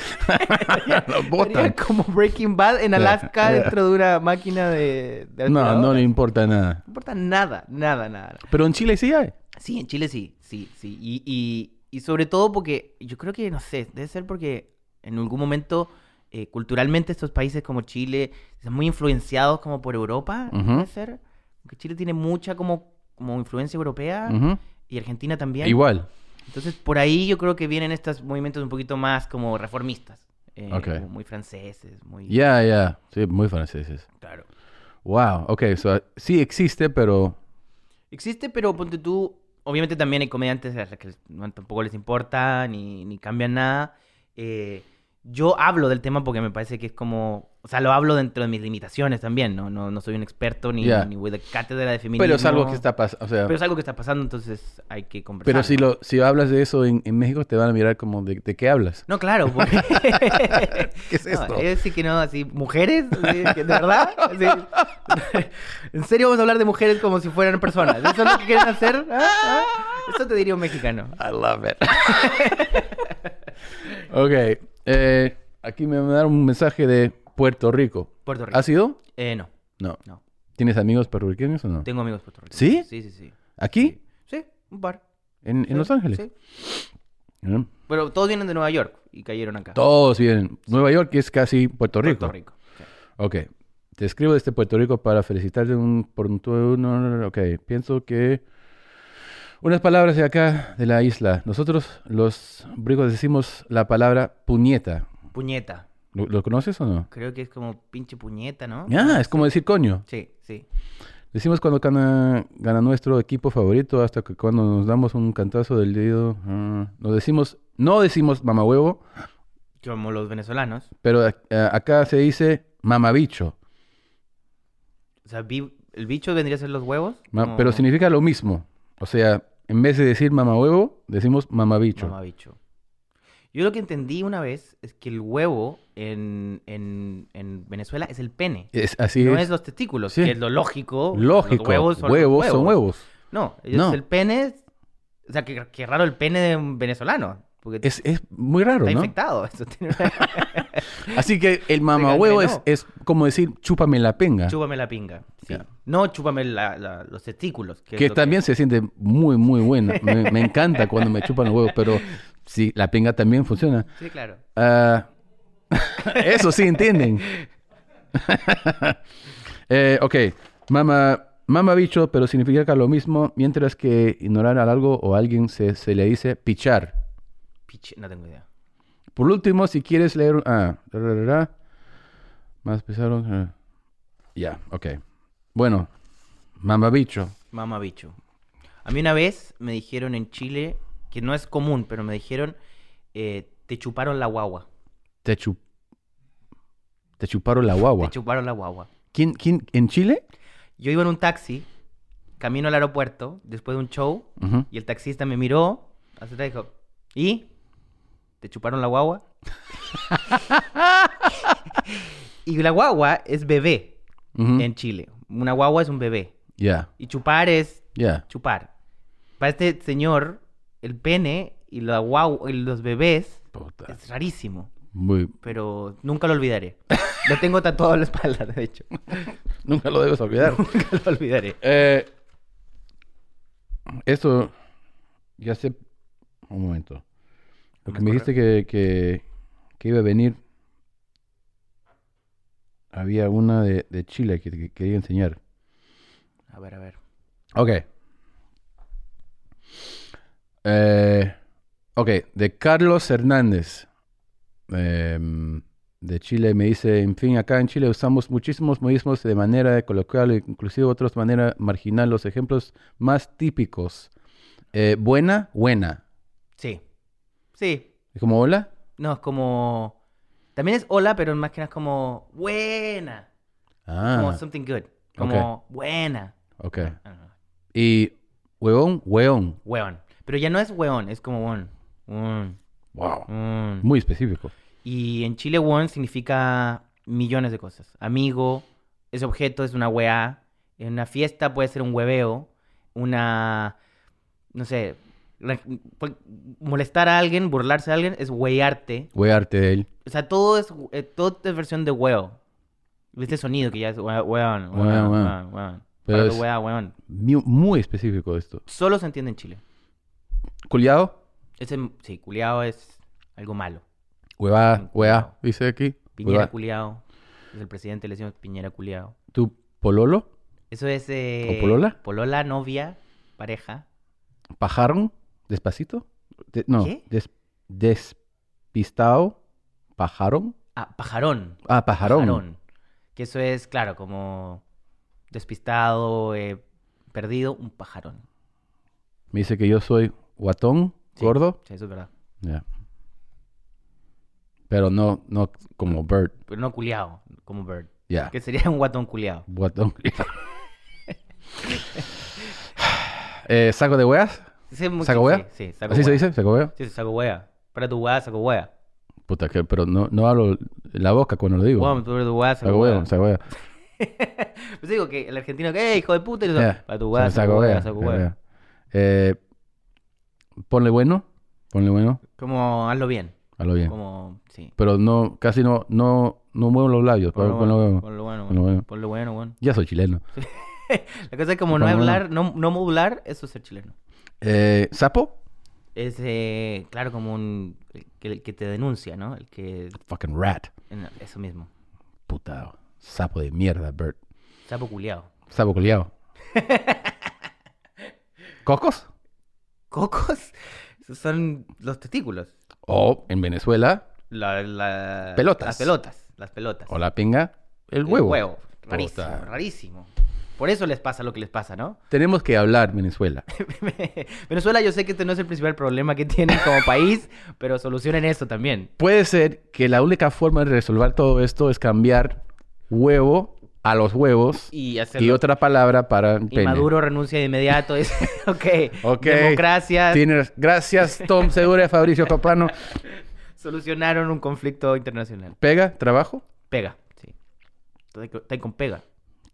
S1: Lo botan.
S2: Estaría como Breaking Bad en
S1: Ya,
S2: Alaska
S1: ya.
S2: dentro de una máquina de. de
S1: No, no
S2: aspiradora.
S1: le importa nada.
S2: No importa nada, nada, nada.
S1: Pero en Chile sí hay.
S2: Sí, en Chile sí, sí, sí. Y, y- y sobre todo porque yo creo que, no sé, debe ser porque en algún momento eh, culturalmente estos países como Chile están muy influenciados como por Europa,
S1: Ujú.
S2: debe ser. Porque Chile tiene mucha como, como influencia europea
S1: Ujú.
S2: y Argentina también.
S1: Igual.
S2: Entonces por ahí yo creo que vienen estos movimientos un poquito más como reformistas. eh,
S1: Ok.
S2: como muy franceses, muy...
S1: Ya, ya. Sí, muy franceses.
S2: Claro.
S1: Wow. Ok, so, sí existe, pero.
S2: Existe, pero ponte tú. Obviamente también hay comediantes a los que no- tampoco les importa ni, ni cambian nada. Eh, yo hablo del tema porque me parece que es como. O sea, lo hablo dentro de mis limitaciones también, ¿no? No, no soy un experto ni,
S1: Ya.
S2: ni voy de cátedra de feminismo.
S1: Pero es algo que está pasando. O sea,
S2: Pero
S1: pero,
S2: es algo que está pasando, entonces hay que conversar.
S1: si,
S2: ¿no?
S1: lo, si hablas de eso en, en México, te van a mirar como de, de qué hablas.
S2: No, claro, porque...
S1: ¿Qué es esto?
S2: No, es decir que no, así, ¿mujeres? Así, que ¿De verdad? Así, ¿En serio vamos a hablar de mujeres como si fueran personas? ¿Eso es lo que quieren hacer? ¿Ah? ¿Ah? Eso te diría un mexicano.
S1: I love it. ok. eh, aquí me mandaron un mensaje de Puerto Rico.
S2: Puerto Rico.
S1: ¿Has ido?
S2: Eh, no,
S1: No.
S2: No.
S1: ¿Tienes amigos puertorriqueños o no?
S2: tengo amigos puertorriqueños.
S1: ¿Sí?
S2: Sí, sí, sí.
S1: ¿Aquí?
S2: Sí, un par.
S1: ¿En, en
S2: Sí,
S1: Los Ángeles?
S2: Sí.
S1: ¿Mm?
S2: Pero todos vienen de Nueva York y cayeron acá.
S1: Todos vienen. Nueva York es casi Puerto Rico.
S2: Puerto Rico. sí.
S1: Ok. Te escribo desde Puerto Rico para felicitarte un- por un tu- no, no, no, Ok. Pienso que unas palabras de acá, de la isla. Nosotros, los bricos, decimos la palabra puñeta.
S2: Puñeta.
S1: ¿Lo, lo conoces o no?
S2: Creo que es como pinche puñeta, ¿no?
S1: Ah, es como decir coño.
S2: Sí, sí.
S1: Decimos cuando gana, gana nuestro equipo favorito hasta que cuando nos damos un cantazo del dedo. ah, nos decimos, no decimos mamahuevo,
S2: Como los venezolanos.
S1: pero ac- eh, acá se dice mamabicho.
S2: O sea, vi- el bicho vendría a ser los huevos.
S1: ma-
S2: como-
S1: Pero significa lo mismo. O sea, en vez de decir mamahuevo, decimos mamabicho.
S2: Mamabicho. Yo lo que entendí una vez es que el huevo en, en, en Venezuela es el pene.
S1: Es, así
S2: no
S1: es.
S2: es los testículos,
S1: Sí.
S2: que es lo lógico. los
S1: Lógico.
S2: huevos son los
S1: son huevos.
S2: No, ellos
S1: No.
S2: el pene. O sea, que, que raro el pene de un venezolano. Porque
S1: Es, es muy raro,
S2: está
S1: ¿no?
S2: infectado. Eso tiene una-
S1: Así que el mamahuevo es,
S2: gangrenó.
S1: es como decir chúpame la penga.
S2: chúpame la pinga. sí.
S1: Ah. Ya.
S2: No chúpame la- la- los testículos. es
S1: que
S2: lo
S1: también se siente muy, muy buena. Me, me encanta cuando me chupan los huevos, pero sí, la pinga también funciona.
S2: Sí, claro.
S1: Ah, eso sí entienden. Eh, ok, mama, mamabicho, pero significa lo mismo, mientras que ignorar a algo o a alguien se, se le dice pichar.
S2: Piche, no tengo idea.
S1: Por último, si quieres leer... un- Ah, ra, ra, ra, ra. más pesado... ah. Ya, ok. Bueno, mamabicho.
S2: Mamabicho. A mí una vez me dijeron en Chile, que no es común, pero me dijeron, eh, te chuparon la guagua.
S1: Te, chu- te chuparon la guagua.
S2: Te chuparon la guagua.
S1: ¿Quién, quién, ¿En Chile?
S2: Yo iba en un taxi, camino al aeropuerto, después de un show,
S1: Ujú.
S2: y el taxista me miró, así te dijo, ¿y? ¿Te chuparon la guagua? y la guagua es bebé
S1: Ujú.
S2: en Chile. Una guagua es un bebé.
S1: Ya,
S2: Y chupar es
S1: ya.
S2: chupar. Para este señor, el pene y la guagua, y los bebés
S1: Puta.
S2: es rarísimo.
S1: Muy-
S2: Pero nunca lo olvidaré. Lo tengo tatuado en la espalda, de hecho.
S1: Nunca lo debes olvidar.
S2: Nunca lo olvidaré.
S1: Eh, eso, ya sé. Un momento. Lo que
S2: Más
S1: me dijiste que, que- que iba a venir. Había una de, de Chile que te quería enseñar.
S2: A ver, a ver.
S1: Ok. Eh, ok, de Carlos Hernández. Em, de Chile me dice, en fin, acá en Chile usamos muchísimos modismos de manera coloquial, e inclusive otros de manera marginal. Los ejemplos más típicos. Eh, buena, buena.
S2: Sí. Sí.
S1: Es como hola.
S2: No, es como... También es hola, pero más que nada es como buena. Como
S1: Ah,
S2: something good. Como buena.
S1: ok.
S2: Ah, no.
S1: Y huevón, hueón.
S2: Hueón. Pero ya no es hueón, es como hueón. Hueón.
S1: Wow.
S2: Mm. hueón.
S1: Muy específico.
S2: Y en Chile, one significa millones de cosas. Amigo, ese objeto es una weá. En una fiesta puede ser un hueveo. Una. No sé. la- cual- molestar a alguien, burlarse a alguien, es wearte.
S1: Huearte de él.
S2: O sea, todo es, eh, todo es versión de hueo. Este sonido que ya es hue- hueón,
S1: Hueón,
S2: hueón,
S1: hueón.
S2: hueón, hueón.
S1: Pero
S2: Para de
S1: es-
S2: weá, hueón.
S1: Mu- Muy específico esto.
S2: Solo se entiende en Chile.
S1: Culiao.
S2: Ese, sí, culiao es algo malo.
S1: Hueva,
S2: Culiao.
S1: hueá, dice aquí.
S2: Piñera
S1: Hueva.
S2: culiao. Es el presidente, le decimos Piñera culiao.
S1: ¿Tu pololo?
S2: Eso es. eh,
S1: polola?
S2: Polola, novia, pareja.
S1: ¿Pajaron? ¿Despacito? De- no.
S2: ¿Qué?
S1: des- despistado. ¿Pajaron?
S2: Ah, pajarón.
S1: Ah, pajarón.
S2: Que eso es, claro, como despistado, eh, perdido, un pajarón.
S1: Me dice que yo soy guatón,
S2: Sí,
S1: gordo.
S2: Sí, eso es verdad.
S1: Ya. Pero no, no como bird.
S2: Pero no culiao, como bird.
S1: Ya.
S2: Que sería un guatón culiao.
S1: Guatón. Eh, ¿Saco de weas?
S2: Ese es muy-
S1: ¿Saco
S2: sí,
S1: hueá?
S2: Sí, saco
S1: ¿Así se
S2: hueá.
S1: dice? ¿Saco wea?
S2: Sí, sí, saco hueá. Para tu hueá, saco hueá.
S1: Puta, que, pero no, no hablo la boca cuando lo digo.
S2: Guau, para tu hueá, saco
S1: saco wea,
S2: hueá.
S1: saco wea.
S2: Pues digo que el argentino, que, "Eh, hijo de puta! y eso,
S1: Ya,
S2: Para tu hueá,
S1: se me
S2: saco hueá,
S1: sacó,
S2: saco
S1: ya,
S2: hueá.
S1: ya. Eh, ponle bueno, ponle bueno,
S2: Como, hazlo bien.
S1: hazlo bien.
S2: Como, sí.
S1: Pero no, casi no, no, no muevo los labios. pon- ponle bueno.
S2: Ponlo bueno,
S1: Ponlo bueno.
S2: bueno. Ponlo bueno, bueno.
S1: Ya soy chileno.
S2: La cosa es como no
S1: Bueno, bueno.
S2: hablar, no, no modular, eso es ser chileno.
S1: Eh, ¿Sapo?
S2: Es, eh, claro, como un... El que, el que te denuncia, ¿no? El que...
S1: Fucking rat.
S2: no, eso mismo.
S1: Puta, sapo de mierda, Bert.
S2: Sapo culiao.
S1: Sapo culiao. ¿Cocos?
S2: ¿Cocos? Esos son los testículos.
S1: O en Venezuela,
S2: La, la-
S1: Pelotas.
S2: Las pelotas. Las pelotas.
S1: o la pinga, el huevo.
S2: El huevo. Rarísimo,
S1: Puta.
S2: rarísimo. Por eso les pasa lo que les pasa, ¿no?
S1: Tenemos que hablar Venezuela.
S2: Venezuela yo sé que este no es el principal problema que tienen como país, pero solucionen eso también.
S1: Puede ser que la única forma de resolver todo esto es cambiar huevo a los huevos
S2: Y hacerlo.
S1: y otra palabra para
S2: Y
S1: pene.
S2: Maduro renuncia de inmediato. Dice, ok,
S1: Ok.
S2: democracia.
S1: Tienes- gracias, Tom Segura, Fabricio Copano.
S2: Solucionaron un conflicto internacional.
S1: Pega, trabajo.
S2: Pega, sí. Estoy co- estoy con pega.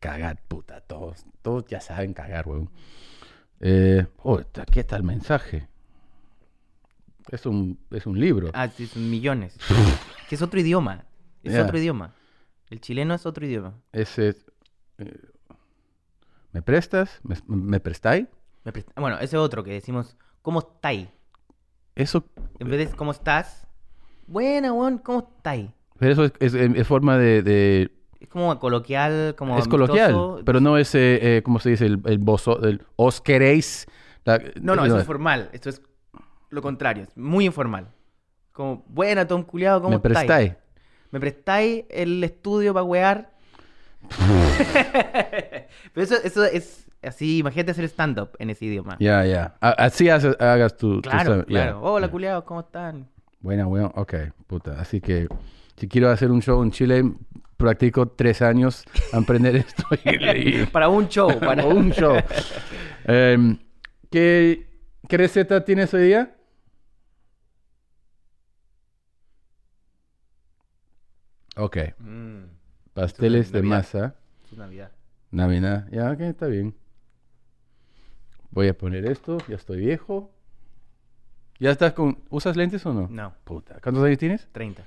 S1: Cagar, puta, todos, todos ya saben cagar, weón. Eh, oh, está- aquí está el mensaje. Es un, es un libro.
S2: Ah, sí, son millones. que es otro idioma. Es
S1: Yeah.
S2: otro idioma. El chileno es otro idioma.
S1: Ese, eh, ¿Me prestas? ¿Me, me prestáis?
S2: Me prest- Bueno, ese otro que decimos, ¿cómo estáis?
S1: Eso,
S2: En vez de ¿cómo estás? Buena, weón, ¿cómo estáis?
S1: pero eso es, es- es forma de, de
S2: Es como coloquial, como
S1: es coloquial,
S2: amistoso.
S1: pero no es, eh, eh, ¿cómo se dice? El, el bozo, el os queréis. la- eh,
S2: No, no, eso
S1: la-
S2: es formal. Esto es lo contrario. Es muy informal. Como, buena, Tom Culeado, ¿cómo
S1: Me
S2: estáis?
S1: prestáis.
S2: ¿Me prestáis el estudio para wear? Pero eso, eso es así, imagínate hacer stand-up en ese idioma.
S1: Ya, ya. A- Así haces- hagas tu. tu
S2: Claro,
S1: stand- ya,
S2: claro. Hola,
S1: ya.
S2: culiados, ¿cómo están?
S1: Buena, weón. Ok, puta. Así que si quiero hacer un show en Chile, practico tres años a aprender esto y leí.
S2: Para un show, para
S1: Para un show. Em, ¿qué, ¿Qué receta tienes hoy día? Ok,
S2: Mm,
S1: pasteles
S2: Esto
S1: de
S2: es Navidad.
S1: masa.
S2: es Navidad.
S1: Navidad. Ya, ok, está bien. Voy a poner esto. Ya estoy viejo. ¿Ya estás con... ¿Usas lentes o no?
S2: No,
S1: Puta. ¿Cuántos años tienes?
S2: 30.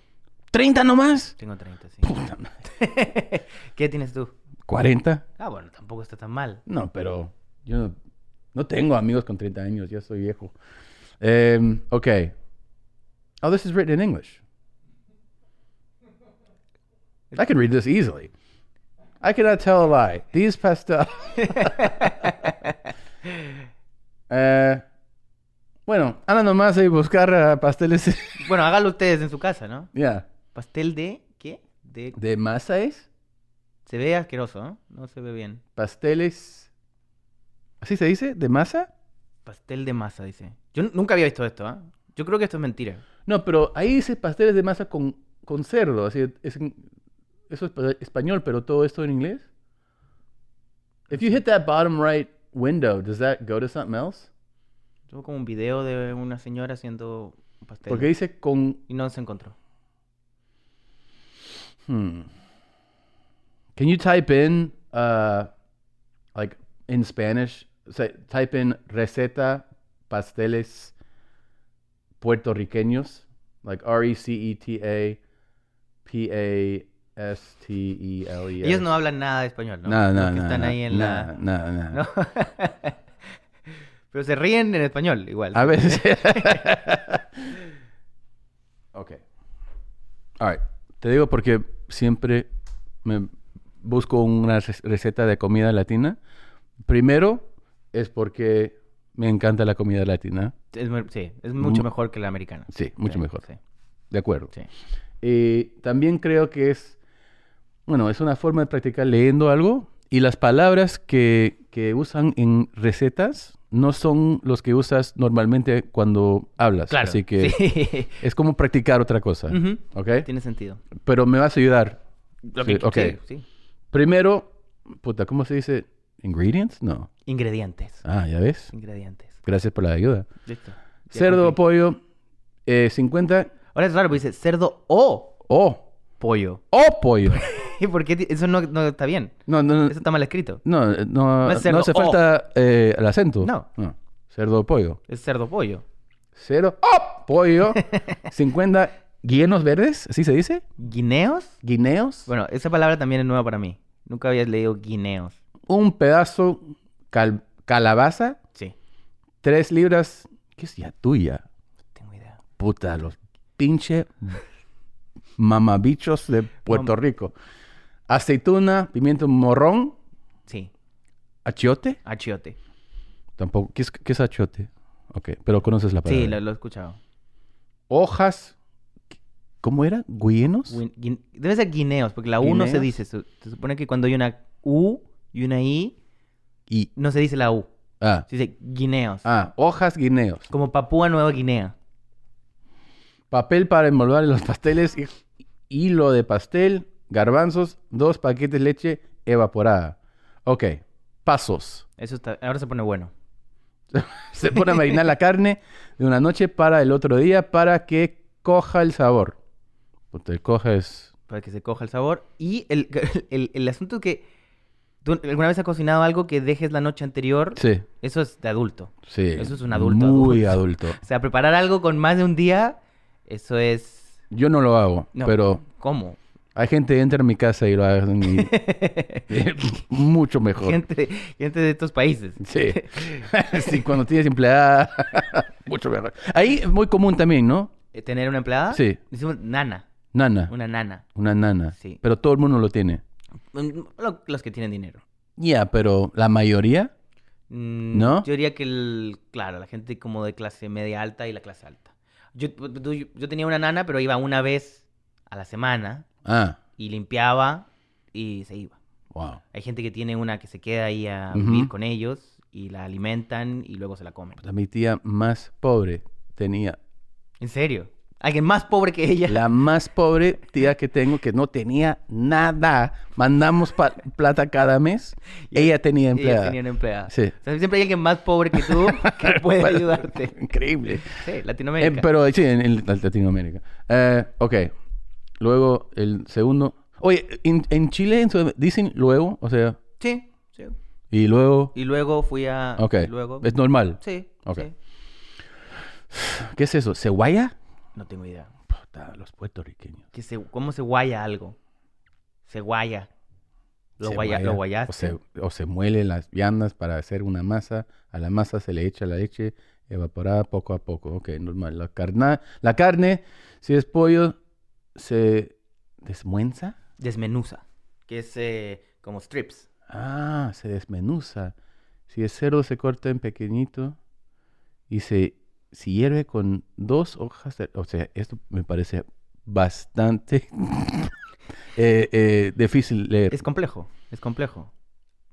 S1: ¡30 nomás!
S2: Tengo 30, sí.
S1: Puta madre.
S2: ¿Qué tienes tú?
S1: ¿40?
S2: Ah, bueno, tampoco está tan mal.
S1: No, pero yo no, no tengo amigos con 30 años. Ya soy viejo. Em, ok. Oh, this is written in English. I can read this easily. I cannot tell a lie. These pastels... Eh, bueno, anda nomás a buscar eh, pasteles.
S2: Bueno, hágalo ustedes en su casa, ¿no?
S1: Ya.
S2: Pastel de... ¿Qué? De...
S1: ¿De masa es?
S2: Se ve asqueroso, ¿no? No se ve bien.
S1: Pasteles. ¿Así se dice? ¿De masa?
S2: Pastel de masa, dice. Yo n- nunca había visto esto, ¿ah? Yo creo que esto es mentira.
S1: No, pero ahí dice pasteles de masa con, con cerdo. Así es, en- eso es pa- español, pero todo esto en inglés. If you hit that bottom right window, does that go to something else?
S2: Tuvo como un video de una señora haciendo un pastel.
S1: Porque dice con.
S2: Y no se encontró.
S1: Hmm. Can you type in, uh, like in Spanish, say, type in receta pasteles puertorriqueños, like R E C E T A P A S T E L E S.
S2: Ellos no hablan nada de español, ¿no?
S1: No, no,
S2: Los que
S1: no,
S2: están
S1: no,
S2: ahí en
S1: no,
S2: la...
S1: no, no.
S2: ¿no? Pero se ríen en español, igual.
S1: A veces. ok. All right. Te digo porque siempre me busco una rec- receta de comida latina. Primero es porque me encanta la comida latina.
S2: Es mu- sí, es mucho
S1: Mm.
S2: mejor que la americana.
S1: Sí, mucho
S2: Sí,
S1: mejor.
S2: Sí,
S1: De acuerdo.
S2: sí.
S1: Y también creo que es, bueno, es una forma de practicar leyendo algo y las palabras que, que usan en recetas no son los que usas normalmente cuando hablas.
S2: Claro.
S1: Así que
S2: sí.
S1: es como practicar otra cosa.
S2: Ujú.
S1: ¿Ok?
S2: Tiene sentido.
S1: Pero me vas a ayudar.
S2: Lo
S1: Sí,
S2: que-
S1: ok.
S2: sí, sí.
S1: Primero, puta, ¿cómo se dice? ¿Ingredients? No.
S2: Ingredientes.
S1: Ah, ya ves.
S2: Ingredientes.
S1: Gracias por la ayuda.
S2: Listo. Ya
S1: Cerdo o
S2: cumplí.
S1: pollo, eh, 50
S2: Ahora es raro, porque dice cerdo o
S1: o
S2: pollo.
S1: o pollo.
S2: ¿Y por qué ti- Eso no, no está bien.
S1: No, no, no.
S2: Eso está mal escrito.
S1: No, no, no
S2: es cerdo,
S1: hace
S2: o.
S1: falta eh, el acento.
S2: No.
S1: Cerdo o pollo.
S2: Es cerdo pollo.
S1: Cero o pollo. 50 guineos verdes, ¿así se dice?
S2: ¿Guineos?
S1: Guineos.
S2: Bueno, esa palabra también es nueva para mí. Nunca había leído guineos.
S1: Un pedazo cal- calabaza.
S2: Sí.
S1: Tres libras. ¿Qué es ya tuya?
S2: No tengo idea.
S1: Puta, los pinche mamabichos de Puerto
S2: Mam-
S1: Rico. Aceituna, pimiento morrón,
S2: Sí.
S1: achiote.
S2: Achiote.
S1: Tampoco. ¿Qué es, qué es achiote? Ok, pero conoces la palabra.
S2: Sí, lo, lo he escuchado.
S1: Hojas. ¿Cómo era? ¿Guyenos?
S2: Guin- guin- Debe ser guineos, porque la U no se
S1: ¿Guineos?
S2: dice. Se, se supone que cuando hay una U y una I,
S1: Y.
S2: no se dice la U.
S1: Ah,
S2: Se dice guineos.
S1: ah, hojas guineos.
S2: Como Papúa Nueva Guinea.
S1: Papel para envolver los pasteles. y- Hilo de pastel. Garbanzos. Dos paquetes de leche evaporada. Ok. Pasos.
S2: Eso está... Ahora se pone bueno.
S1: Se pone a marinar la carne de una noche para el otro día para que coja el sabor. Pues Puta, el coja es...
S2: para que se coja el sabor. Y el, el, el asunto es que tú alguna vez has cocinado algo que dejes la noche anterior,
S1: Sí,
S2: eso es de adulto.
S1: sí.
S2: Eso es un adulto,
S1: Muy adulto.
S2: O sea, preparar algo con más de un día, eso es...
S1: Yo no lo hago,
S2: No.
S1: pero
S2: ¿Cómo?
S1: hay gente que entra en mi casa y lo hacen y- mucho mejor.
S2: gente, gente de estos países.
S1: Sí. sí, cuando tienes empleada, mucho mejor. Ahí es muy común también, ¿no?
S2: Eh, ¿Tener una empleada?
S1: Sí.
S2: Decimos nana,
S1: Nana.
S2: una nana.
S1: Una nana.
S2: Sí.
S1: Pero todo el mundo lo tiene.
S2: Mm, lo- Los que tienen dinero.
S1: Ya, pero la mayoría.
S2: Mm,
S1: ¿No?
S2: Yo diría que, el, claro, la gente como de clase media alta y la clase alta. Yo, yo, yo tenía una nana, pero iba una vez a la semana
S1: Ah,
S2: y limpiaba y se iba.
S1: wow.
S2: Hay gente que tiene una que se queda ahí a vivir
S1: Ujú.
S2: con ellos y la alimentan y luego se la comen.
S1: Puta, Mi tía más pobre tenía.
S2: ¿En serio? Alguien más pobre que ella.
S1: La más pobre tía que tengo que no tenía nada. Mandamos pa- plata cada mes.
S2: Y-
S1: Ella tenía empleada.
S2: Ella tenía una empleada.
S1: Sí.
S2: O sea, siempre hay alguien más pobre que tú que puede
S1: Para-
S2: ayudarte.
S1: Increíble.
S2: Sí,
S1: Eh,
S2: Latinoamérica.
S1: pero eh, sí, en, en Latinoamérica. Eh, ok. Luego, el segundo. Oye, en, en Chile en Sudam- dicen luego, o sea,
S2: Sí, sí.
S1: y luego.
S2: Y luego fui a...
S1: Ok.
S2: y Luego...
S1: Es normal.
S2: Sí,
S1: Ok.
S2: sí.
S1: ¿Qué es eso? ¿Ceguaya?
S2: No tengo idea.
S1: Puta, los puertorriqueños.
S2: Que se, ¿Cómo se guaya algo? Se guaya. Lo,
S1: Se
S2: guaya, lo guayaste.
S1: O se, o se muele las viandas para hacer una masa. A la masa se le echa la leche evaporada poco a poco. Ok, normal. La, carna, la carne, si es pollo, se desmuenza.
S2: Desmenuza. Que es eh, como strips.
S1: Ah, se desmenuza. Si es cerdo, se corta en pequeñito y se, se hierve con dos hojas. de- o sea, esto me parece bastante eh, eh, difícil leer.
S2: Es complejo, es complejo.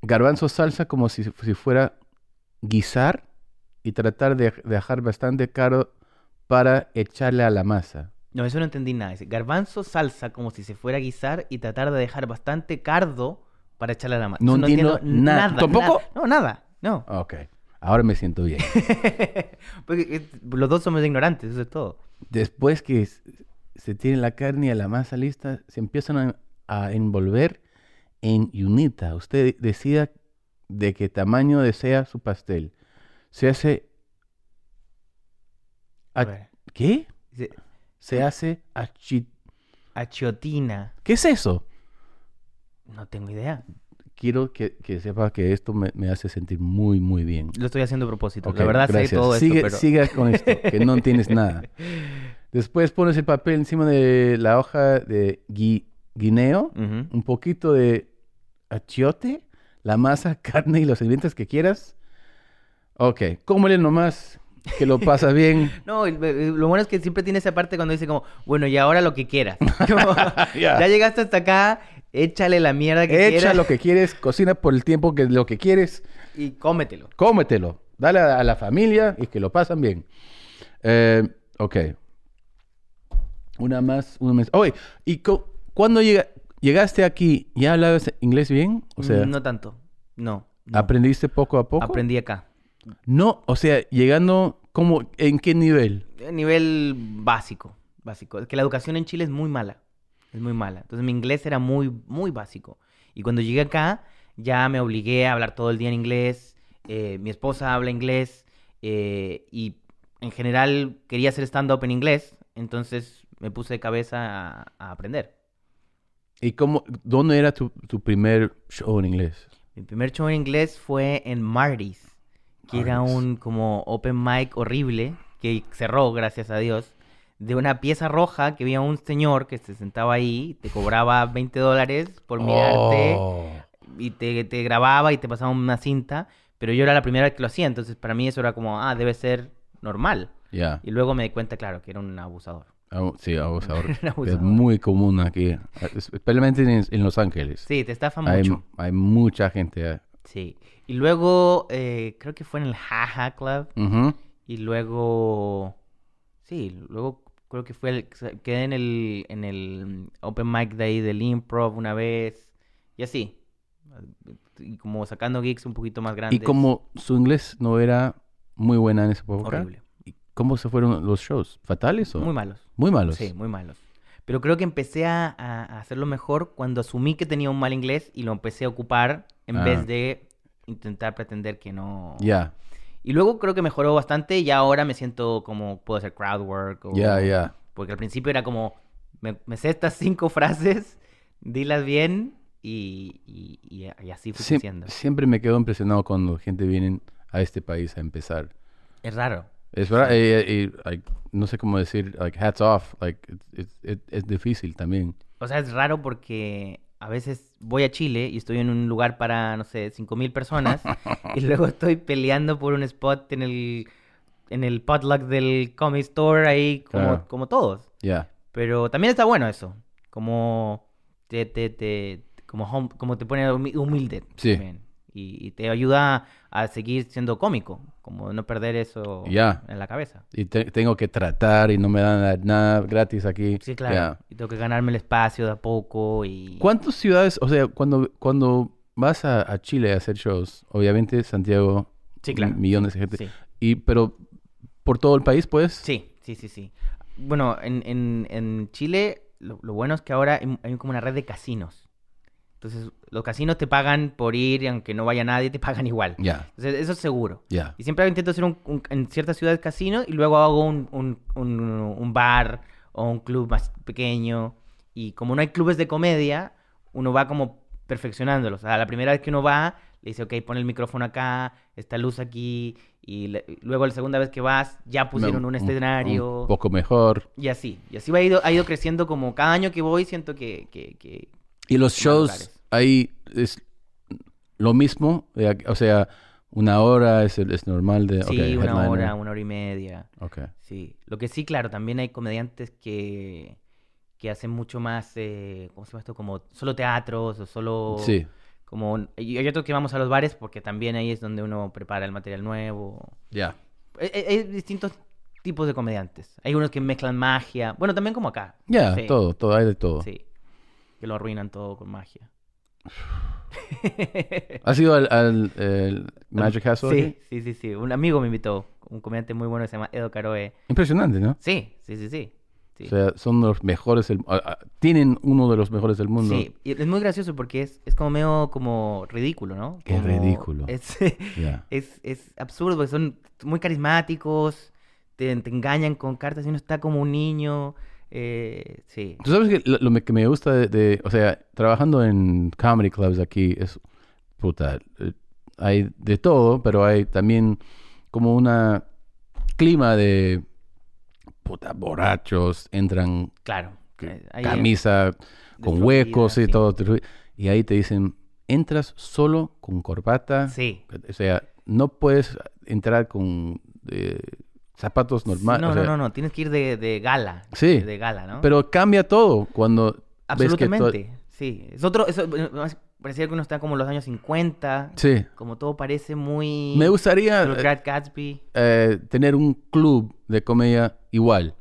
S1: Garbanzo salsa como si, si fuera guisar y tratar de dejar bastante caro para echarle a la masa.
S2: No, eso no entendí nada. Dice, garbanzo salsa como si se fuera a guisar y tratar de dejar bastante cardo para echarle a la masa.
S1: No entiendo nada. ¿Tampoco?
S2: na- no, nada. No.
S1: Ok, ahora me siento bien.
S2: Porque eh, los dos somos ignorantes, eso es todo.
S1: Después que s- se tiene la carne y la masa lista, se empiezan a, a envolver en yunita. Usted decida de qué tamaño desea su pastel. Se hace...
S2: A
S1: a-
S2: ver,
S1: ¿Qué?
S2: dice,
S1: Se hace achi...
S2: achiotina.
S1: ¿Qué es eso?
S2: No tengo idea.
S1: Quiero que, que sepa que esto me, me hace sentir muy, muy bien.
S2: Lo estoy haciendo a propósito.
S1: Ok,
S2: la verdad sé
S1: gracias.
S2: todo
S1: sigue,
S2: esto, pero...
S1: sigue con esto, que no tienes nada. Después pones el papel encima de la hoja de gui- guineo.
S2: Ujú.
S1: un poquito de achiote, la masa, carne y los ingredientes que quieras. Ok, cómele nomás, que lo pasa bien.
S2: No, el- el- lo bueno es que siempre tiene esa parte cuando dice como, bueno, y ahora lo que quieras. Como,
S1: Ya.
S2: Ya llegaste hasta acá, échale la mierda que
S1: Echa
S2: quieras
S1: lo que quieres, cocina por el tiempo que lo que quieres,
S2: y cómetelo.
S1: cómetelo, dale a, a la familia y que lo pasan bien. Eh, ok. Una más, una más. Oye, ¿y co- cuándo llega- llegaste aquí? ¿Ya hablabas inglés bien? O sea,
S2: no tanto. No. no.
S1: ¿aprendiste poco a poco?
S2: Aprendí acá.
S1: No, o sea, llegando como, ¿en qué nivel?
S2: A eh, nivel básico, básico. Es que la educación en Chile es muy mala. Es muy mala. Entonces mi inglés era muy, muy básico. Y cuando llegué acá, ya me obligué a hablar todo el día en inglés. eh, mi esposa habla inglés. eh, y en general quería hacer stand-up en inglés. Entonces me puse de cabeza a, a aprender.
S1: ¿Y cómo, dónde era tu, tu primer show en inglés?
S2: Mi primer show en inglés fue en Marty's, que era
S1: Marty's.
S2: un como open mic horrible que cerró, gracias a Dios, de una pieza roja que había un señor que se sentaba ahí, te cobraba 20 dólares por mirarte
S1: Oh.
S2: y te, te grababa y te pasaba una cinta, pero yo era la primera vez que lo hacía, entonces para mí eso era como, ah, debe ser normal.
S1: Ya.
S2: Y luego me di cuenta, claro, que era un abusador.
S1: Ah, Sí, abusador.
S2: Era
S1: Es
S2: abusador.
S1: muy común aquí, especialmente en, en Los Ángeles.
S2: Sí, te estafa
S1: hay,
S2: mucho.
S1: hay mucha gente. eh.
S2: Sí. Y luego, eh, creo que fue en el Jaja Club.
S1: Ujú.
S2: Y luego. Sí, luego creo que fue el. Quedé en el, en el Open Mic de ahí del Improv una vez. Y así. Y como sacando gigs un poquito más
S1: Y
S2: grandes.
S1: como su inglés no era muy buena en esa época,
S2: Horrible.
S1: ¿cómo se fueron los shows? ¿Fatales o?
S2: Muy malos.
S1: Muy malos.
S2: Sí, muy malos. Pero creo que empecé a, a- a hacerlo mejor cuando asumí que tenía un mal inglés y lo empecé a ocupar en
S1: Ah.
S2: vez de intentar pretender que no.
S1: Ya,
S2: Y luego creo que mejoró bastante y ahora me siento como puedo hacer crowd work o
S1: ya, ya.
S2: Porque al principio era como, me, me sé estas cinco frases, dilas bien y, y- y- y así fui
S1: Siem-
S2: creciendo.
S1: siempre me quedo impresionado cuando gente viene a este país a empezar.
S2: Es raro.
S1: Es verdad, eh, eh, eh, like, no sé cómo decir, like, hats off, like, it's- it's- it- es difícil también.
S2: O sea, es raro porque ah, a veces voy a Chile y estoy en un lugar para, no sé, 5.000 personas y luego estoy peleando por un spot en el, en el potluck del comic store ahí como,
S1: Claro.
S2: como todos.
S1: Ya.
S2: Pero también está bueno eso, como te, te, te, como hum- como te pone humi- humilde.
S1: Sí.
S2: también. Y, y te ayuda a seguir siendo cómico, como no perder eso
S1: Ya.
S2: en la cabeza.
S1: Y te- tengo que tratar y no me dan na- nada gratis aquí.
S2: Sí, claro.
S1: Ya.
S2: Y tengo que ganarme el espacio de a poco y...
S1: ¿Cuántas ciudades, o sea, cuando, cuando vas a, a Chile a hacer shows, obviamente Santiago,
S2: Sí, claro.
S1: millones de gente,
S2: Sí.
S1: y pero por todo el país, pues?
S2: Sí, sí, sí, sí. Bueno, en, en, en Chile lo, lo bueno es que ahora hay, hay como una red de casinos. Entonces, los casinos te pagan por ir y aunque no vaya nadie, te pagan igual.
S1: Ya,
S2: Entonces, eso es seguro.
S1: ya.
S2: Y siempre intento hacer un, un- en ciertas ciudades casino y luego hago un, un- un- un bar o un club más pequeño. Y como no hay clubes de comedia, uno va como perfeccionándolos. O sea, la primera vez que uno va, le dice, ok, pon el micrófono acá, esta luz aquí. Y le- luego la segunda vez que vas, ya pusieron
S1: Me-
S2: un escenario.
S1: Un poco mejor.
S2: y así. Y así va, ha, ido, ha ido creciendo como cada año que voy, siento que... que, que-
S1: Y los
S2: Más
S1: shows
S2: lugares.
S1: ahí es lo mismo, de ac- o sea, una hora es, el- es normal de...
S2: sí,
S1: Eh, ok,
S2: una
S1: headliner.
S2: hora, una hora y media.
S1: Ok.
S2: Sí, lo que sí, claro, también hay comediantes que, que hacen mucho más, eh, ¿cómo se llama esto? Como solo teatros o solo...
S1: Sí,
S2: Como, un- y hay otros que vamos a los bares porque también ahí es donde uno prepara el material nuevo.
S1: ya.
S2: Hay, hay- hay distintos tipos de comediantes. Hay unos que mezclan magia. Bueno, también como acá.
S1: Ya,
S2: Sí,
S1: todo, todo, hay de todo.
S2: Sí, que lo arruinan todo con magia.
S1: ¿Has ido al, al, el Magic Castle?
S2: Sí, sí, sí, sí. Un amigo me invitó, un comediante muy bueno que se llama Edo Caroe.
S1: Impresionante, ¿no?
S2: Sí, sí, sí, sí. sí.
S1: O sea, son los mejores, del- ah, ah, tienen uno de los mejores del mundo.
S2: Sí, y es muy gracioso porque es, es como medio como ridículo, ¿no?
S1: Qué
S2: Como-
S1: ridículo.
S2: Es,
S1: Ya.
S2: es, es absurdo porque son muy carismáticos, te, te engañan con cartas y uno está como un niño. eh, sí.
S1: Tú sabes que lo, lo me- que me gusta de, de- o sea, trabajando en comedy clubs aquí es, puta, eh, hay de todo, pero hay también como una clima de, puta, borrachos, entran
S2: Claro.
S1: que-
S2: eh, ahí es
S1: camisa con
S2: desfloquida,
S1: huecos y
S2: sí.
S1: todo, y ahí te dicen, entras solo con corbata,
S2: Sí.
S1: o sea, no puedes entrar con eh, zapatos normales.
S2: no, no, no, no, tienes que ir de, de gala.
S1: Sí,
S2: De gala, ¿no?
S1: Pero cambia todo cuando ves que todo-
S2: Absolutamente, sí. Es otro, eso, eh, más- parecía que uno está como en los años 50,
S1: Sí.
S2: como todo parece muy...
S1: Me
S2: Pero
S1: gustaría
S2: Great Gatsby.
S1: eh, tener un club de comedia igual.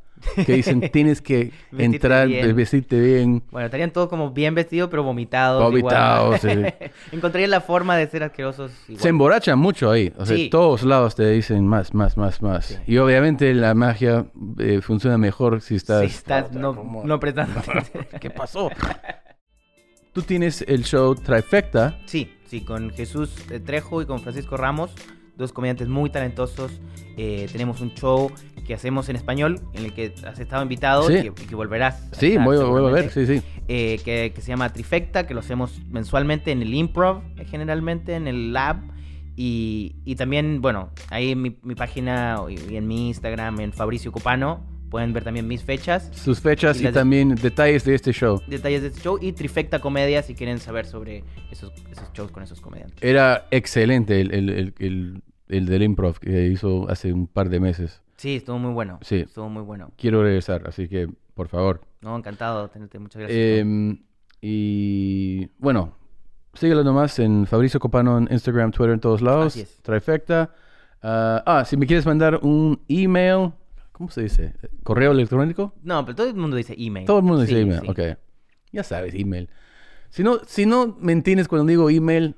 S1: Que dicen, tienes que
S2: Vestirte
S1: entrar, eh,
S2: bien.
S1: vestirte bien,
S2: Bueno, estarían todos como bien vestidos, pero vomitados.
S1: habitados.
S2: igual. Encontrarían la forma de ser asquerosos. igual.
S1: Se eh, emborrachan mucho ahí. O sea,
S2: Sí.
S1: todos lados te dicen más, más, más, más.
S2: Sí.
S1: Y obviamente la magia eh, funciona mejor si estás...
S2: Sí, estás
S1: Puta,
S2: no,
S1: ¿cómo?
S2: no prestando atención.
S1: ¿Qué pasó? Tú tienes el show Trifecta.
S2: Sí, sí, con Jesús eh, Trejo y con Francisco Ramos, dos comediantes muy talentosos. Eh, tenemos un show que hacemos en español, en el que has estado invitado
S1: Sí.
S2: y, que, y que volverás. a
S1: Sí,
S2: estar
S1: voy, a- voy a ver,
S2: seguramente.
S1: sí, sí.
S2: eh, que, que se llama Trifecta, que lo hacemos mensualmente en el improv, eh, generalmente en el lab. Y, y también, bueno, ahí en mi, mi página y y en mi Instagram, en Fabricio Copano, pueden ver también mis fechas,
S1: Sus fechas
S2: Y
S1: y,
S2: las de-
S1: también detalles de este show.
S2: detalles de este show y Trifecta Comedia si quieren saber sobre esos, esos shows con esos comediantes.
S1: Era excelente el, el, el, el- el del improv que hizo hace un par de meses.
S2: Sí, estuvo muy bueno.
S1: Sí.
S2: Estuvo muy bueno.
S1: Quiero regresar, así que, por favor.
S2: No, encantado de tenerte. Muchas gracias.
S1: Eh, y bueno, síguelo nomás en Fabricio Copano en Instagram, Twitter, en todos lados.
S2: Así es.
S1: Trifecta. Ah, ah, si me quieres mandar un email, ¿cómo se dice? ¿Correo electrónico?
S2: no, pero todo el mundo dice email.
S1: Todo el mundo dice
S2: Sí,
S1: email,
S2: sí.
S1: ok. Ya sabes, email. Si no, si no me entiendes cuando digo email,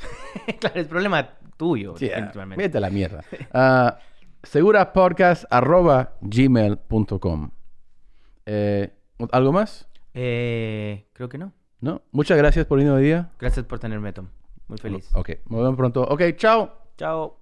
S2: claro, es problema tuyo.
S1: yeah,
S2: principalmente.
S1: ah, vete a la mierda. Ah, segurapodcast.gmail.com Eh, ¿Algo más?
S2: Eh, creo que no.
S1: ¿No? Muchas gracias por venir hoy día.
S2: Gracias por tenerme, Tom. Muy feliz.
S1: Ok, nos vemos pronto. Ok, chao.
S2: Chao.